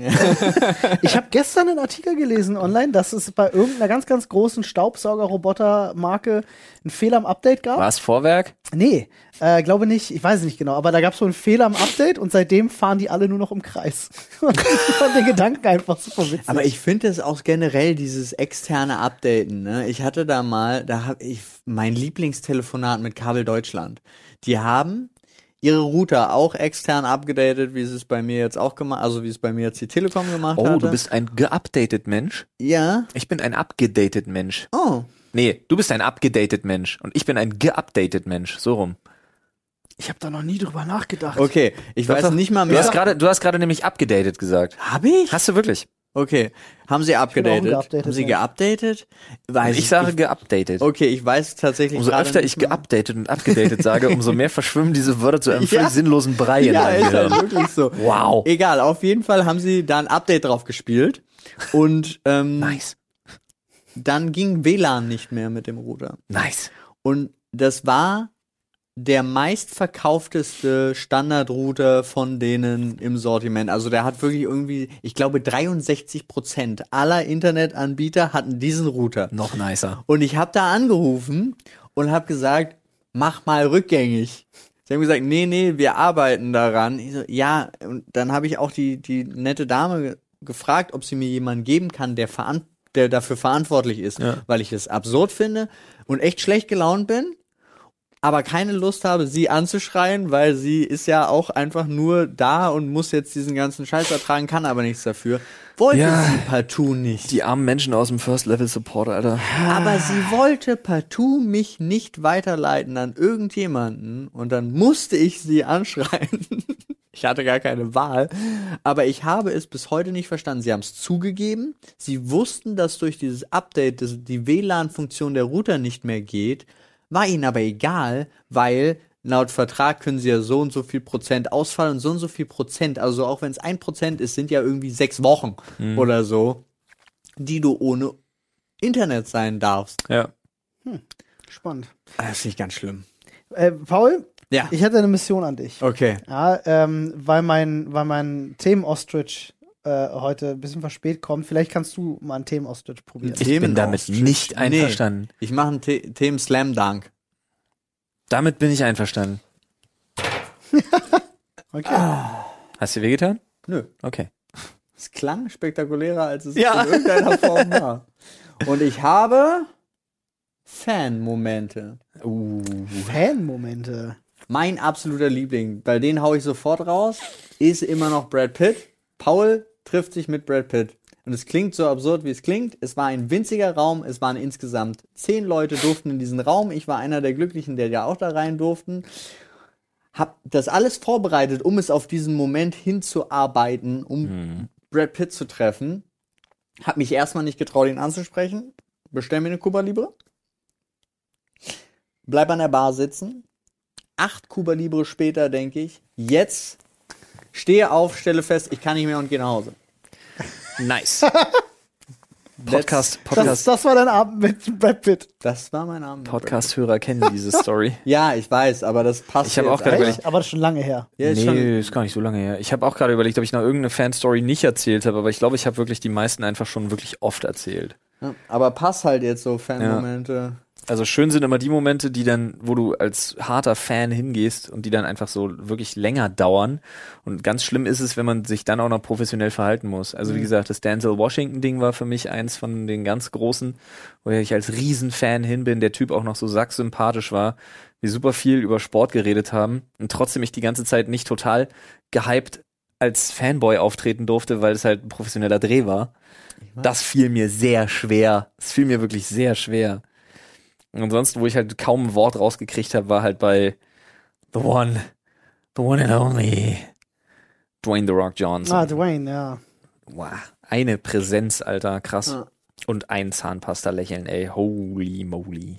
Speaker 2: Ich habe gestern einen Artikel gelesen online, dass es bei irgendeiner ganz, ganz großen Staubsaugerroboter-Marke einen Fehler am Update gab.
Speaker 1: War es Vorwerk?
Speaker 2: Nee, äh, glaube nicht, ich weiß es nicht genau, aber da gab es so einen Fehler am Update und seitdem fahren die alle nur noch im Kreis. Und ich fand den Gedanken einfach super witzig.
Speaker 3: Aber ich finde es auch generell dieses externe Updaten. Ne? Ich hatte da mal, da habe ich mein Lieblingstelefonat mit Kabel Deutschland. Die haben ihre Router auch extern abgedatet, wie sie es bei mir jetzt auch gemacht, also wie es bei mir jetzt die Telekom gemacht
Speaker 1: Oh,
Speaker 3: hatte.
Speaker 1: du bist ein geupdatet Mensch.
Speaker 3: ja.
Speaker 1: Ich bin ein abgedatet Mensch.
Speaker 3: Oh,
Speaker 1: Nee, du bist ein abgedatet Mensch und ich bin ein geupdatet Mensch. So rum.
Speaker 2: Ich habe da noch nie drüber nachgedacht.
Speaker 3: okay. Ich weiß nicht mal
Speaker 1: Also, Du
Speaker 3: mehr.
Speaker 1: hast gerade, du hast gerade nämlich abgedatet gesagt.
Speaker 3: Hab ich?
Speaker 1: Hast du wirklich?
Speaker 3: Okay. Haben sie
Speaker 2: bin auch ein
Speaker 3: abgedatet?
Speaker 2: geupdatet
Speaker 3: Haben sie
Speaker 2: Mensch.
Speaker 3: geupdatet? Weiß
Speaker 2: Also
Speaker 1: Ich, sage geupdatet.
Speaker 3: Okay, ich weiß tatsächlich.
Speaker 1: Umso
Speaker 3: gerade
Speaker 1: öfter
Speaker 3: nicht
Speaker 1: ich
Speaker 3: mehr.
Speaker 1: geupdatet und abgedatet sage, umso mehr verschwimmen diese Wörter zu einem
Speaker 3: Ja.
Speaker 1: völlig sinnlosen Brei in
Speaker 3: Ja,
Speaker 1: deinem
Speaker 3: ist halt
Speaker 1: Gehirn.
Speaker 3: wirklich so.
Speaker 1: Wow.
Speaker 3: Egal, auf jeden Fall haben sie da ein Update drauf gespielt. Und ähm,
Speaker 1: Nice.
Speaker 3: dann ging WLAN nicht mehr mit dem Router.
Speaker 1: Nice.
Speaker 3: Und das war der meistverkaufteste Standardrouter von denen im Sortiment. Also der hat wirklich irgendwie, ich glaube, 63 Prozent aller Internetanbieter hatten diesen Router.
Speaker 1: Noch nicer.
Speaker 3: Und ich habe da angerufen und habe gesagt, mach mal rückgängig. Sie haben gesagt, nee, nee, wir arbeiten daran. Ich so, ja, und dann habe ich auch die, die nette Dame ge- gefragt, ob sie mir jemanden geben kann, der, veran der dafür verantwortlich ist, weil ich es absurd finde und echt schlecht gelaunt bin, aber keine Lust habe, sie anzuschreien, weil sie ist ja auch einfach nur da und muss jetzt diesen ganzen Scheiß ertragen, kann aber nichts dafür. Wollte
Speaker 1: Ja.
Speaker 3: sie partout nicht.
Speaker 1: Die armen Menschen aus dem First Level Support, Alter.
Speaker 3: Aber sie wollte partout mich nicht weiterleiten an irgendjemanden und dann musste ich sie anschreien. Ich hatte gar keine Wahl. Aber ich habe es bis heute nicht verstanden. Sie haben es zugegeben. Sie wussten, dass durch dieses Update das, die WLAN-Funktion der Router nicht mehr geht. War ihnen aber egal, weil laut Vertrag können sie ja so und so viel Prozent ausfallen und so und so viel Prozent. Also auch wenn es ein Prozent ist, sind ja irgendwie sechs Wochen oder so, die du ohne Internet sein darfst.
Speaker 1: Ja.
Speaker 2: Spannend.
Speaker 3: Das finde ich ganz schlimm.
Speaker 2: Äh, Paul,
Speaker 3: Ja.
Speaker 2: ich hätte eine Mission an dich.
Speaker 3: Okay.
Speaker 2: Ja, ähm, weil mein, weil mein Themen-Ostrich äh, heute ein bisschen verspät kommt, vielleicht kannst du mal ein Themen-Ostrich probieren.
Speaker 1: Ich bin
Speaker 3: Themen
Speaker 1: damit
Speaker 3: aufstellen.
Speaker 1: nicht einverstanden.
Speaker 3: Nee, ich mache einen The Themen Slam Dunk.
Speaker 1: Damit bin ich einverstanden.
Speaker 2: Okay.
Speaker 1: Ah. Hast du dir wehgetan?
Speaker 3: Nö.
Speaker 1: Okay.
Speaker 3: Es klang spektakulärer, als es in irgendeiner Form war. Und ich habe Fan-Momente.
Speaker 2: Fan-Momente.
Speaker 3: Mein absoluter Liebling, bei denen hau ich sofort raus, ist immer noch Brad Pitt. Paul trifft sich mit Brad Pitt. Und es klingt so absurd, wie es klingt. Es war ein winziger Raum. Es waren insgesamt zehn Leute durften in diesen Raum. Ich war einer der Glücklichen, der ja auch da rein durften. Hab das alles vorbereitet, um es auf diesen Moment hinzuarbeiten, um Brad Pitt zu treffen. Hab mich erstmal nicht getraut, ihn anzusprechen. Bestell mir eine Cuba Libre. Bleib an der Bar sitzen, acht Kuba Libre später, denke ich, jetzt stehe auf, stelle fest, ich kann nicht mehr und gehe nach Hause.
Speaker 1: Nice. Podcast,
Speaker 2: Das,
Speaker 1: Podcast,
Speaker 2: das war dein Abend mit Brad Pitt.
Speaker 3: Das war mein Abend.
Speaker 1: Podcast-Hörer kennen diese Story.
Speaker 3: Ja, ich weiß, aber das passt.
Speaker 1: Ich habe
Speaker 3: jetzt
Speaker 1: auch gerade
Speaker 3: einfach.
Speaker 1: überlegt,
Speaker 2: Aber das ist schon lange her.
Speaker 3: ja, ist
Speaker 1: nee,
Speaker 3: schon,
Speaker 1: ist gar nicht so lange her. Ich habe auch gerade überlegt, ob ich noch irgendeine Fanstory nicht erzählt habe, aber ich glaube, ich habe wirklich die meisten einfach schon wirklich oft erzählt.
Speaker 3: ja, aber passt halt jetzt so Fan-Momente.
Speaker 1: Also schön sind immer die Momente, die dann, wo du als harter Fan hingehst und die dann einfach so wirklich länger dauern. Und ganz schlimm ist es, wenn man sich dann auch noch professionell verhalten muss. Also wie gesagt, das Denzel Washington-Ding war für mich eins von den ganz großen, wo ich als Riesenfan hin bin, der Typ auch noch so sacksympathisch war, wir super viel über Sport geredet haben und trotzdem ich die ganze Zeit nicht total gehypt als Fanboy auftreten durfte, weil es halt ein professioneller Dreh war. Das fiel mir sehr schwer. Es fiel mir wirklich sehr schwer. Und ansonsten, wo ich halt kaum ein Wort rausgekriegt habe, war halt bei The One, The One and Only, Dwayne The Rock Johnson.
Speaker 2: Ah, Dwayne, ja.
Speaker 1: wow. Eine Präsenz, Alter, krass.
Speaker 3: Ja.
Speaker 1: Und ein Zahnpasta-Lächeln, ey, holy moly.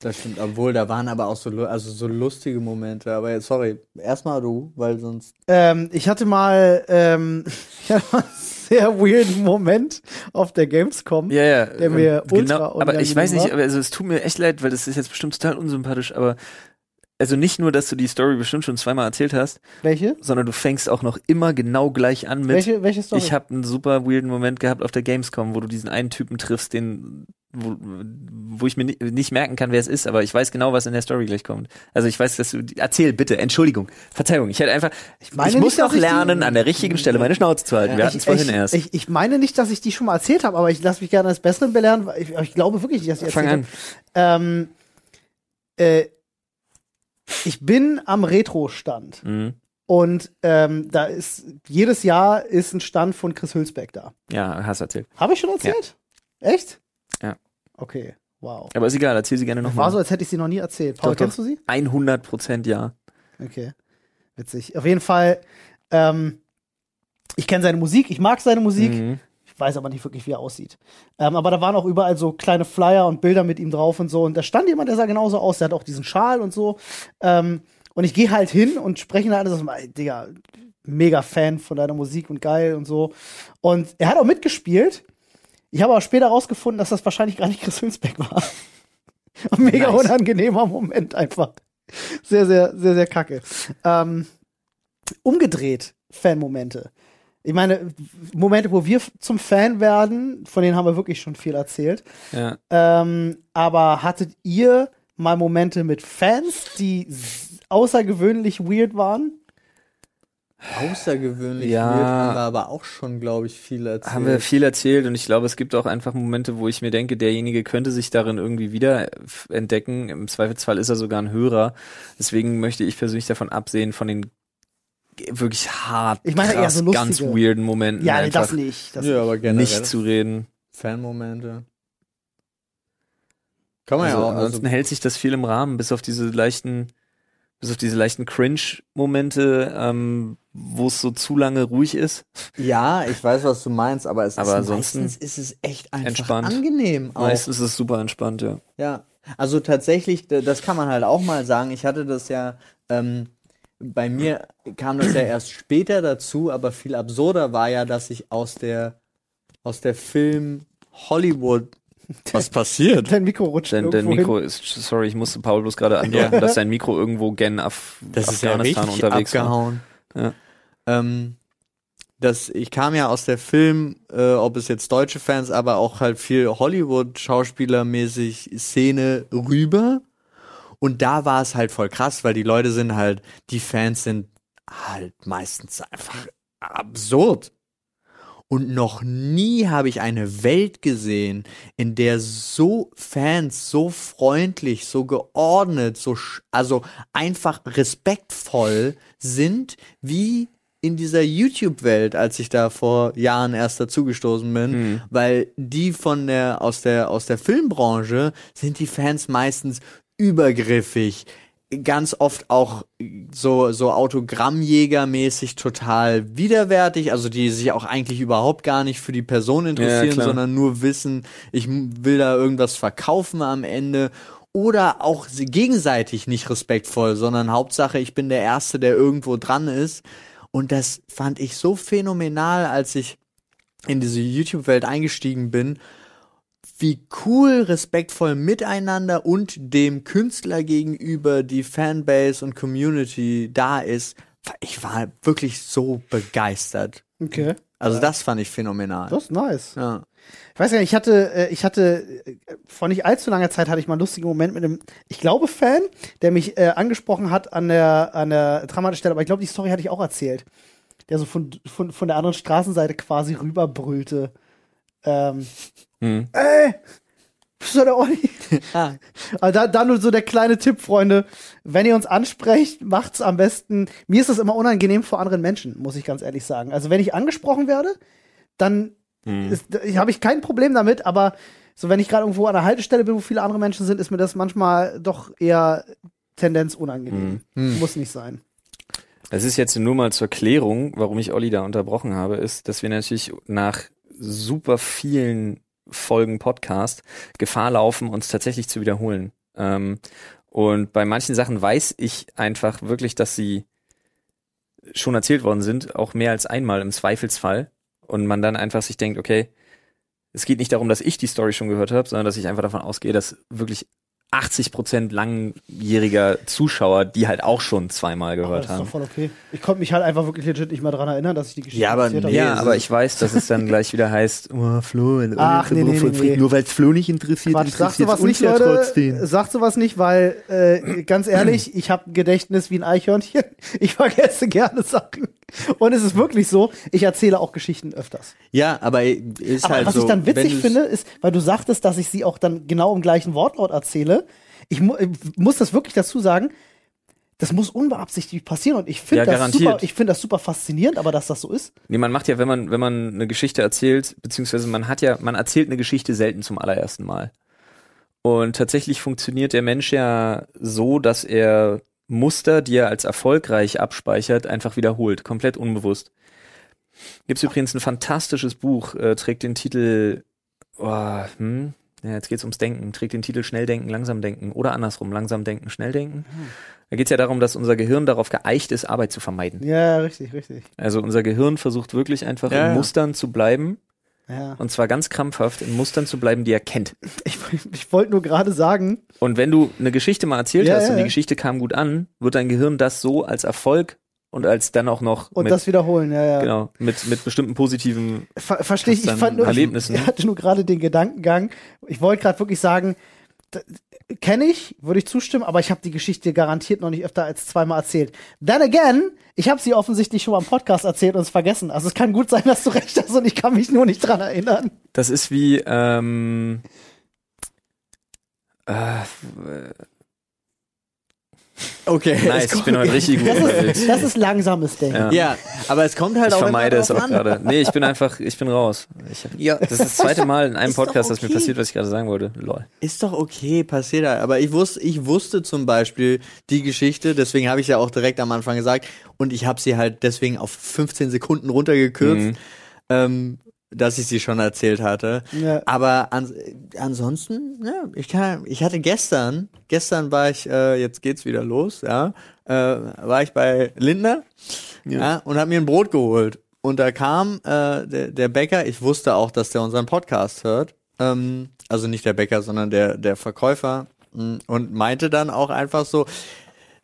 Speaker 3: Das stimmt, obwohl da waren aber auch so, lu- also so lustige Momente. Aber jetzt, sorry, erstmal du, weil sonst.
Speaker 2: Ähm, ich hatte mal, ähm, ich hatte mal einen sehr weirden Moment auf der Gamescom.
Speaker 1: Ja, ja.
Speaker 2: Der mir
Speaker 1: ähm,
Speaker 2: ultra
Speaker 1: aber ich
Speaker 2: unangenehm
Speaker 1: weiß nicht,
Speaker 2: war.
Speaker 1: aber also es tut mir echt leid, weil das ist jetzt bestimmt total unsympathisch, aber also nicht nur, dass du die Story bestimmt schon zweimal erzählt hast,
Speaker 2: Welche?
Speaker 1: sondern du fängst auch noch immer genau gleich an mit.
Speaker 2: Welche, welche Story?
Speaker 1: Ich habe einen super weirden Moment gehabt auf der Gamescom, wo du diesen einen Typen triffst, den wo, wo ich mir ni nicht merken kann, wer es ist, aber ich weiß genau, was in der Story gleich kommt. Also ich weiß, dass du erzähl bitte, Entschuldigung, Verzeihung, ich hätte einfach ich,
Speaker 2: meine
Speaker 1: ich muss
Speaker 2: nicht, dass
Speaker 1: noch
Speaker 2: ich die-
Speaker 1: lernen, an der richtigen Stelle meine Schnauze zu halten. Wir hatten es vorhin
Speaker 2: ich,
Speaker 1: erst.
Speaker 2: Ich, ich meine nicht, dass ich die schon mal erzählt habe, aber ich lasse mich gerne als Besseren belehren. weil Ich, ich glaube wirklich nicht, dass ich
Speaker 1: Fang
Speaker 2: erzählt
Speaker 1: an.
Speaker 2: habe. Ähm, äh, ich bin am Retro-Stand
Speaker 1: Mhm.
Speaker 2: und ähm, da ist jedes Jahr ist ein Stand von Chris Hülsbeck da.
Speaker 1: Ja, hast erzählt.
Speaker 2: Habe ich schon erzählt? Echt?
Speaker 1: Ja.
Speaker 2: Okay, wow.
Speaker 1: Aber ist egal, erzähl sie gerne
Speaker 2: War so,
Speaker 1: nochmal.
Speaker 2: als hätte ich sie noch nie erzählt. Paul,
Speaker 1: Mhm. Doch, doch.
Speaker 2: kennst du sie?
Speaker 1: 100 Prozent ja.
Speaker 2: Okay. Witzig. Auf jeden Fall, ähm, ich kenne seine Musik, ich mag seine Musik,
Speaker 1: Mhm.
Speaker 2: ich weiß aber nicht wirklich, wie er aussieht. Ähm, aber da waren auch überall so kleine Flyer und Bilder mit ihm drauf und so. Und da stand jemand, der sah genauso aus, der hat auch diesen Schal und so. Ähm, und ich gehe halt hin und spreche ihn halt an und sag, Digga, mega Fan von deiner Musik und geil und so. Und er hat auch mitgespielt. Ich habe aber später rausgefunden, dass das wahrscheinlich gar nicht Chris Hülsbeck war. Ein mega
Speaker 1: Nice.
Speaker 2: unangenehmer Moment einfach. Sehr, sehr, sehr, sehr kacke. Ähm, umgedreht Fan-Momente. Ich meine, Momente, wo wir f- zum Fan werden, von denen haben wir wirklich schon viel erzählt.
Speaker 1: ja.
Speaker 2: Ähm, aber hattet ihr mal Momente mit Fans, die s- außergewöhnlich weird waren?
Speaker 3: Außergewöhnlich
Speaker 1: Ja.
Speaker 3: wird, haben wir aber auch schon, glaube ich, viel erzählt.
Speaker 1: Haben wir viel erzählt und ich glaube, es gibt auch einfach Momente, wo ich mir denke, derjenige könnte sich darin irgendwie wieder f- entdecken. Im Zweifelsfall ist er sogar ein Hörer. Deswegen möchte ich persönlich davon absehen, von den g- wirklich hart,
Speaker 2: Ich meine eher
Speaker 1: krass,
Speaker 2: so lustige.
Speaker 1: ganz weirden Momenten
Speaker 2: Ja, nee,
Speaker 1: einfach
Speaker 2: das nicht. Das
Speaker 3: ja, aber generell.
Speaker 1: nicht zu reden.
Speaker 3: Fan-Momente. Kann man
Speaker 1: also,
Speaker 3: ja also auch.
Speaker 2: also
Speaker 1: ansonsten hält sich das viel im Rahmen, bis auf diese leichten bis auf diese leichten Cringe-Momente, ähm, wo es so zu lange ruhig ist.
Speaker 3: Ja, ich weiß, was du meinst, aber es
Speaker 1: Aber
Speaker 3: ist
Speaker 1: ansonsten
Speaker 3: meistens ist es echt einfach
Speaker 1: entspannt.
Speaker 3: angenehm auch.
Speaker 1: Meistens ist es super entspannt, ja.
Speaker 3: Ja, also tatsächlich, d- das kann man halt auch mal sagen. Ich hatte das ja, ähm, bei mir kam das ja erst später dazu, aber viel absurder war ja, dass ich aus der, aus der Film Hollywood. Was passiert?
Speaker 2: Dein Mikro rutscht
Speaker 1: Dein, dein
Speaker 2: irgendwo hin.
Speaker 1: Mikro ist, sorry, ich musste Paul bloß gerade andeuten,
Speaker 3: Ja.
Speaker 1: dass sein Mikro irgendwo gen Af
Speaker 3: Das ist ja richtig
Speaker 1: Afghanistan unterwegs war.
Speaker 3: abgehauen.
Speaker 1: Ja.
Speaker 3: Ähm, das, ich kam ja aus der Film, äh, ob es jetzt deutsche Fans, aber auch halt viel Hollywood-Schauspielermäßig Szene rüber. Und da war es halt voll krass, weil die Leute sind halt, die Fans sind halt meistens einfach absurd. Und noch nie habe ich eine Welt gesehen, in der so Fans so freundlich, so geordnet, so sch- also einfach respektvoll sind wie in dieser YouTube-Welt, als ich da vor Jahren erst dazugestoßen bin, weil die von der aus der aus der Filmbranche sind die Fans meistens übergriffig, ganz oft auch so, so Autogrammjägermäßig total widerwärtig, also die sich auch eigentlich überhaupt gar nicht für die Person interessieren,
Speaker 1: klar.
Speaker 3: sondern nur wissen, ich m- will da irgendwas verkaufen am Ende. Oder auch sie- gegenseitig nicht respektvoll, sondern Hauptsache, ich bin der Erste, der irgendwo dran ist. Und das fand ich so phänomenal, als ich in diese YouTube-Welt eingestiegen bin, wie cool, respektvoll miteinander und dem Künstler gegenüber die Fanbase und Community da ist. Ich war wirklich so begeistert.
Speaker 2: Okay.
Speaker 3: Also das fand ich phänomenal.
Speaker 2: Das ist nice.
Speaker 3: Ja.
Speaker 2: Ich weiß gar nicht, ich hatte, äh, ich hatte, äh, vor nicht allzu langer Zeit hatte ich mal einen lustigen Moment mit einem, ich glaube, Fan, der mich äh, angesprochen hat an der, an der Tramhaltestelle, aber ich glaube, die Story hatte ich auch erzählt. Der so von, von, von der anderen Straßenseite quasi rüberbrüllte. Ähm,
Speaker 1: Hm.
Speaker 2: ey, bist du der Olli?
Speaker 3: Ah,
Speaker 2: Also da, da nur so der kleine Tipp, Freunde. Wenn ihr uns ansprecht, macht's am besten. Mir ist das immer unangenehm vor anderen Menschen, muss ich ganz ehrlich sagen. Also wenn ich angesprochen werde, dann
Speaker 1: Mhm.
Speaker 2: habe ich kein Problem damit, aber so wenn ich gerade irgendwo an der Haltestelle bin, wo viele andere Menschen sind, ist mir das manchmal doch eher Tendenz unangenehm. Muss nicht sein.
Speaker 1: Es ist jetzt nur mal zur Klärung, warum ich Olli da unterbrochen habe, ist, dass wir natürlich nach super vielen Folgen Podcast Gefahr laufen, uns tatsächlich zu wiederholen. Ähm, und bei manchen Sachen weiß ich einfach wirklich, dass sie schon erzählt worden sind, auch mehr als einmal im Zweifelsfall. Und man dann einfach sich denkt, okay, es geht nicht darum, dass ich die Story schon gehört habe, sondern dass ich einfach davon ausgehe, dass wirklich 80 Prozent langjähriger Zuschauer, die halt auch schon zweimal
Speaker 2: Aber das
Speaker 1: gehört
Speaker 2: ist doch
Speaker 1: haben.
Speaker 2: voll okay. Ich konnte mich halt einfach wirklich legit nicht mehr daran erinnern, dass ich die Geschichte
Speaker 3: Ja, aber
Speaker 2: erzählt habe.
Speaker 3: nee,
Speaker 1: Ja,
Speaker 3: es
Speaker 1: aber
Speaker 3: ist-
Speaker 1: ich weiß, dass es dann gleich wieder heißt, oh, Flo, ein
Speaker 2: Ach, nee, nee, nee, nee.
Speaker 1: nur weil es Flo nicht interessiert,
Speaker 2: Quatsch,
Speaker 1: interessiert
Speaker 2: sag sowas
Speaker 1: uns
Speaker 2: nicht,
Speaker 1: ja
Speaker 2: Leute.
Speaker 1: trotzdem.
Speaker 2: Sag sowas nicht, weil äh, ganz ehrlich, ich habe ein Gedächtnis wie ein Eichhörnchen. Ich vergesse gerne Sachen. Und es ist wirklich so, ich erzähle auch Geschichten öfters.
Speaker 3: ja, aber ist
Speaker 2: Aber
Speaker 3: halt
Speaker 2: was
Speaker 3: so.
Speaker 2: ich dann
Speaker 3: wenn
Speaker 2: witzig
Speaker 3: du's-
Speaker 2: finde, ist, weil du sagtest, dass ich sie auch dann genau im gleichen Wortlaut erzähle. Ich mu äh, muss das wirklich dazu sagen. Das muss unbeabsichtigt passieren und ich finde
Speaker 1: Ja,
Speaker 2: das
Speaker 1: garantiert.
Speaker 2: super, ich finde das super faszinierend, aber dass das so ist.
Speaker 1: Nee, man macht ja, wenn man, wenn man eine Geschichte erzählt, beziehungsweise man hat ja, man erzählt eine Geschichte selten zum allerersten Mal. Und tatsächlich funktioniert der Mensch ja so, dass er Muster, die er als erfolgreich abspeichert, einfach wiederholt, komplett unbewusst. Gibt's übrigens ein fantastisches Buch, äh, trägt den Titel, oh, hm, ja, jetzt geht's ums Denken, trägt den Titel Schnell denken, langsam denken oder andersrum, langsam denken, schnell denken. Da geht's ja darum, dass unser Gehirn darauf geeicht ist, Arbeit zu vermeiden.
Speaker 2: Ja, richtig, richtig.
Speaker 1: Also unser Gehirn versucht wirklich einfach
Speaker 3: Ja, ja.
Speaker 1: in Mustern zu bleiben
Speaker 2: Ja.
Speaker 1: und zwar ganz krampfhaft in Mustern zu bleiben, die er kennt.
Speaker 2: Ich, ich wollte nur gerade sagen,
Speaker 1: Und wenn du eine Geschichte mal erzählt
Speaker 2: Ja,
Speaker 1: hast
Speaker 2: ja,
Speaker 1: und
Speaker 2: ja.
Speaker 1: die Geschichte kam gut an, wird dein Gehirn das so als Erfolg und als dann auch noch
Speaker 2: und
Speaker 1: mit,
Speaker 2: das wiederholen, ja, ja.
Speaker 1: genau, mit, mit bestimmten positiven
Speaker 2: Ver Verstehe ich. Ich
Speaker 1: Aus
Speaker 2: fand nur,
Speaker 1: deinen Erlebnissen.
Speaker 2: ich hatte nur gerade den Gedankengang. Ich wollte gerade wirklich sagen, kenne ich, würde ich zustimmen, aber ich habe die Geschichte garantiert noch nicht öfter als zweimal erzählt. Then again, ich habe sie offensichtlich schon mal im Podcast erzählt und es vergessen. Also es kann gut sein, dass du recht hast und ich kann mich nur nicht dran erinnern.
Speaker 1: Das ist wie, ähm, äh,
Speaker 3: Okay.
Speaker 1: Nice, ich bin heute richtig gut
Speaker 2: Das
Speaker 1: unterwegs.
Speaker 2: ist, das ist langsames Denken.
Speaker 3: Ja, aber es kommt halt
Speaker 1: Ich
Speaker 3: auch
Speaker 1: vermeide
Speaker 3: immer
Speaker 1: es
Speaker 3: drauf
Speaker 1: auch
Speaker 3: an.
Speaker 1: gerade. Nee, ich bin einfach, ich bin raus. Ich,
Speaker 3: Ja,
Speaker 1: das ist das zweite Mal in einem
Speaker 3: Ist doch
Speaker 1: Podcast, dass mir
Speaker 3: okay.
Speaker 1: passiert, was ich gerade sagen wollte. Lol.
Speaker 3: Ist doch okay, passiert halt. Aber ich wusste, ich wusste zum Beispiel die Geschichte, deswegen habe ich ja auch direkt am Anfang gesagt und ich habe sie halt deswegen auf 15 Sekunden runtergekürzt, ähm, dass ich sie schon erzählt hatte.
Speaker 2: Ja.
Speaker 3: Aber ans- ansonsten, ja, ich kann, ich hatte gestern, gestern war ich, äh, jetzt geht's wieder los, ja, äh, war ich bei Lindner ja. und habe mir ein Brot geholt. Und da kam äh, der, der Bäcker, ich wusste auch, dass der unseren Podcast hört. Ähm, also nicht der Bäcker, sondern der, der Verkäufer. mh, Und meinte dann auch einfach so,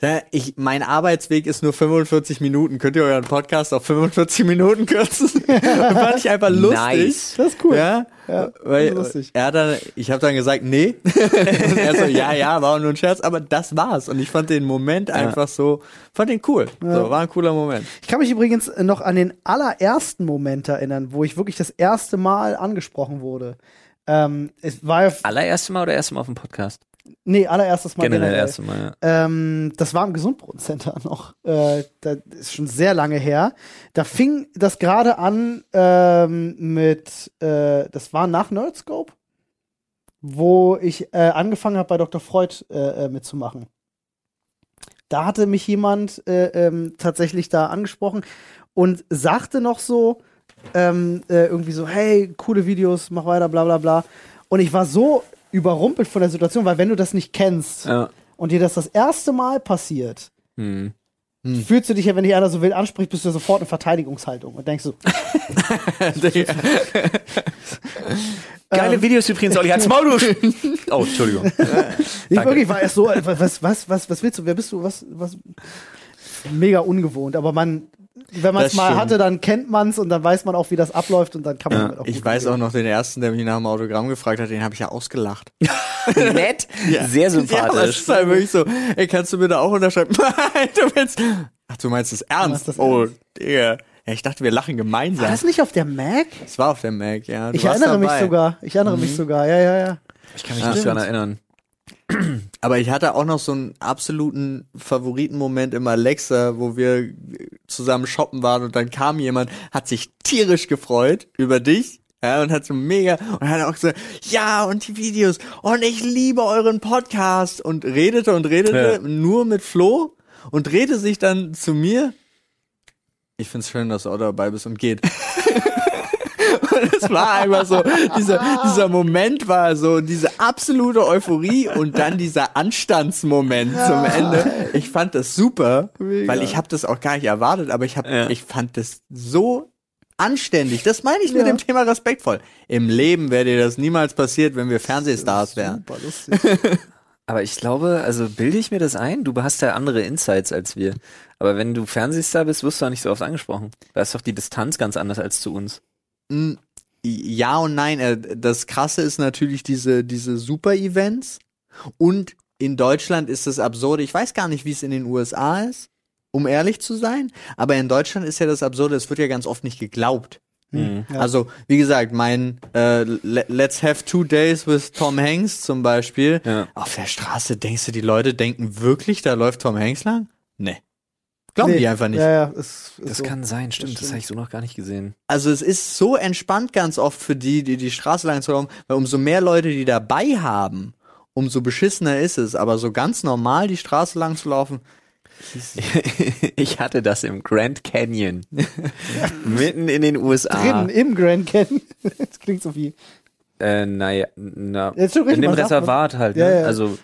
Speaker 3: "Ja, ich, mein Arbeitsweg ist nur 45 Minuten. Könnt ihr euren Podcast auf 45 Minuten kürzen? Und fand ich einfach lustig.
Speaker 1: Nice.
Speaker 2: Das ist cool.
Speaker 3: Ja, weil
Speaker 2: das ist lustig.
Speaker 3: er hat dann, ich habe dann gesagt, nee. Und er so, ja, ja, war nur ein Scherz, aber das war's. Und ich fand den Moment einfach so, fand den cool. So, war ein cooler Moment.
Speaker 2: Ich kann mich übrigens noch an den allerersten Moment erinnern, wo ich wirklich das erste Mal angesprochen wurde. Ähm, es war ja,
Speaker 1: Allererste Mal oder erste Mal auf dem Podcast?
Speaker 2: nee, allererstes Mal.
Speaker 1: Generell
Speaker 2: generell.
Speaker 1: erste Mal, ja.
Speaker 2: Ähm, das war im Gesundbrunnencenter noch. Äh, das ist schon sehr lange her. Da fing das gerade an ähm, mit, äh, das war nach Nerdscope, wo ich äh, angefangen habe, bei Dr. Freud äh, äh, mitzumachen. Da hatte mich jemand äh, ähm, tatsächlich da angesprochen und sagte noch so, ähm, äh, irgendwie so, hey, coole Videos, mach weiter, bla bla bla. Und ich war so überrumpelt von der Situation, weil wenn du das nicht kennst,
Speaker 1: ja.
Speaker 2: und dir das das erste Mal passiert,
Speaker 1: Hm.
Speaker 2: fühlst du dich ja, wenn dich einer so wild anspricht, bist du ja sofort in Verteidigungshaltung und denkst so,
Speaker 1: Geile
Speaker 3: Ähm.
Speaker 1: Videos übrigens, Olli. Halt's Maul, du- Oh, Entschuldigung.
Speaker 2: ich
Speaker 1: Danke.
Speaker 2: wirklich war erst so, äh, was, was, was, was willst du, wer bist du, was, was, mega ungewohnt, aber man, wenn man es
Speaker 3: Das
Speaker 2: mal
Speaker 3: stimmt.
Speaker 2: hatte, dann kennt man es und dann weiß man auch, wie das abläuft und dann kann man damit auch
Speaker 3: Ich
Speaker 2: gut
Speaker 3: weiß
Speaker 2: umgehen.
Speaker 3: auch noch den ersten, der mich nach dem Autogramm gefragt hat, den habe ich ja ausgelacht.
Speaker 1: Nett, sehr
Speaker 3: Ja, aber es
Speaker 1: sympathisch.
Speaker 3: ist halt wirklich so, ey, kannst du bitte auch unterschreiben? Nein, du willst. Ach, du meinst das ernst?
Speaker 2: meinst das
Speaker 3: oh, Digga. Ja, ich dachte, wir lachen gemeinsam.
Speaker 2: War das nicht auf der Mac?
Speaker 3: Es war auf der Mac, ja. Du
Speaker 2: Ich
Speaker 3: warst
Speaker 2: erinnere mich
Speaker 3: dabei. Mhm.
Speaker 2: sogar, ich erinnere mich sogar, ja, ja, ja.
Speaker 1: ich kann mich nicht daran erinnern.
Speaker 3: Aber ich hatte auch noch so einen absoluten Favoritenmoment im Alexa, wo wir zusammen shoppen waren und dann kam jemand, hat sich tierisch gefreut über dich. Ja, und hat so mega, und hat auch gesagt, ja, und die Videos, und ich liebe euren Podcast, und redete und redete
Speaker 1: Ja.
Speaker 3: nur mit Flo, und drehte sich dann zu mir, ich find's schön, dass du auch dabei bist und geht. und es war einfach so, dieser, dieser Moment war so, diese absolute Euphorie und dann dieser Anstandsmoment zum Ende. Ich fand das super, weil ich habe das auch gar nicht erwartet, aber ich, hab,
Speaker 1: Ja.
Speaker 3: ich fand das so anständig. Das meine ich mit
Speaker 2: Ja.
Speaker 3: dem Thema respektvoll. Im Leben wäre dir das niemals passiert, wenn wir Fernsehstars wären.
Speaker 2: Super lustig.
Speaker 1: Aber ich glaube, also bilde ich mir das ein? Du hast ja andere Insights als wir. Aber wenn du Fernsehstar bist, wirst du ja nicht so oft angesprochen. Da ist doch die Distanz ganz anders als zu uns.
Speaker 3: Mm, Ja und nein. Äh, Das Krasse ist natürlich diese, diese Super-Events. Und in Deutschland ist das absurde. Ich weiß gar nicht, wie es in den USA ist, um ehrlich zu sein. Aber in Deutschland ist ja das absurde, es wird ja ganz oft nicht geglaubt.
Speaker 2: Ja.
Speaker 3: Also, wie gesagt, mein äh, Le- Let's Have Two Days with Tom Hanks zum Beispiel.
Speaker 1: Ja.
Speaker 3: Auf der Straße denkst du, die Leute denken wirklich, da läuft Tom Hanks lang? Nee. Glauben
Speaker 2: Nee,
Speaker 3: die einfach nicht.
Speaker 2: Ja, ja, ist, ist
Speaker 1: Das
Speaker 2: so.
Speaker 1: kann sein, stimmt. Das habe ich so noch gar nicht gesehen.
Speaker 3: Also es ist so entspannt ganz oft für die, die die Straße lang zu laufen, weil umso mehr Leute, die dabei haben, umso beschissener ist es. Aber so ganz normal die Straße lang zu laufen,
Speaker 1: ich hatte das im Grand Canyon. Mitten in den USA.
Speaker 2: Drinnen im Grand Canyon. Das klingt so wie.
Speaker 1: Äh, naja, na,
Speaker 2: Ja, ist schon richtig,
Speaker 1: in dem
Speaker 2: man sagt,
Speaker 1: Reservat halt. Ne?
Speaker 2: Ja, ja.
Speaker 1: Also,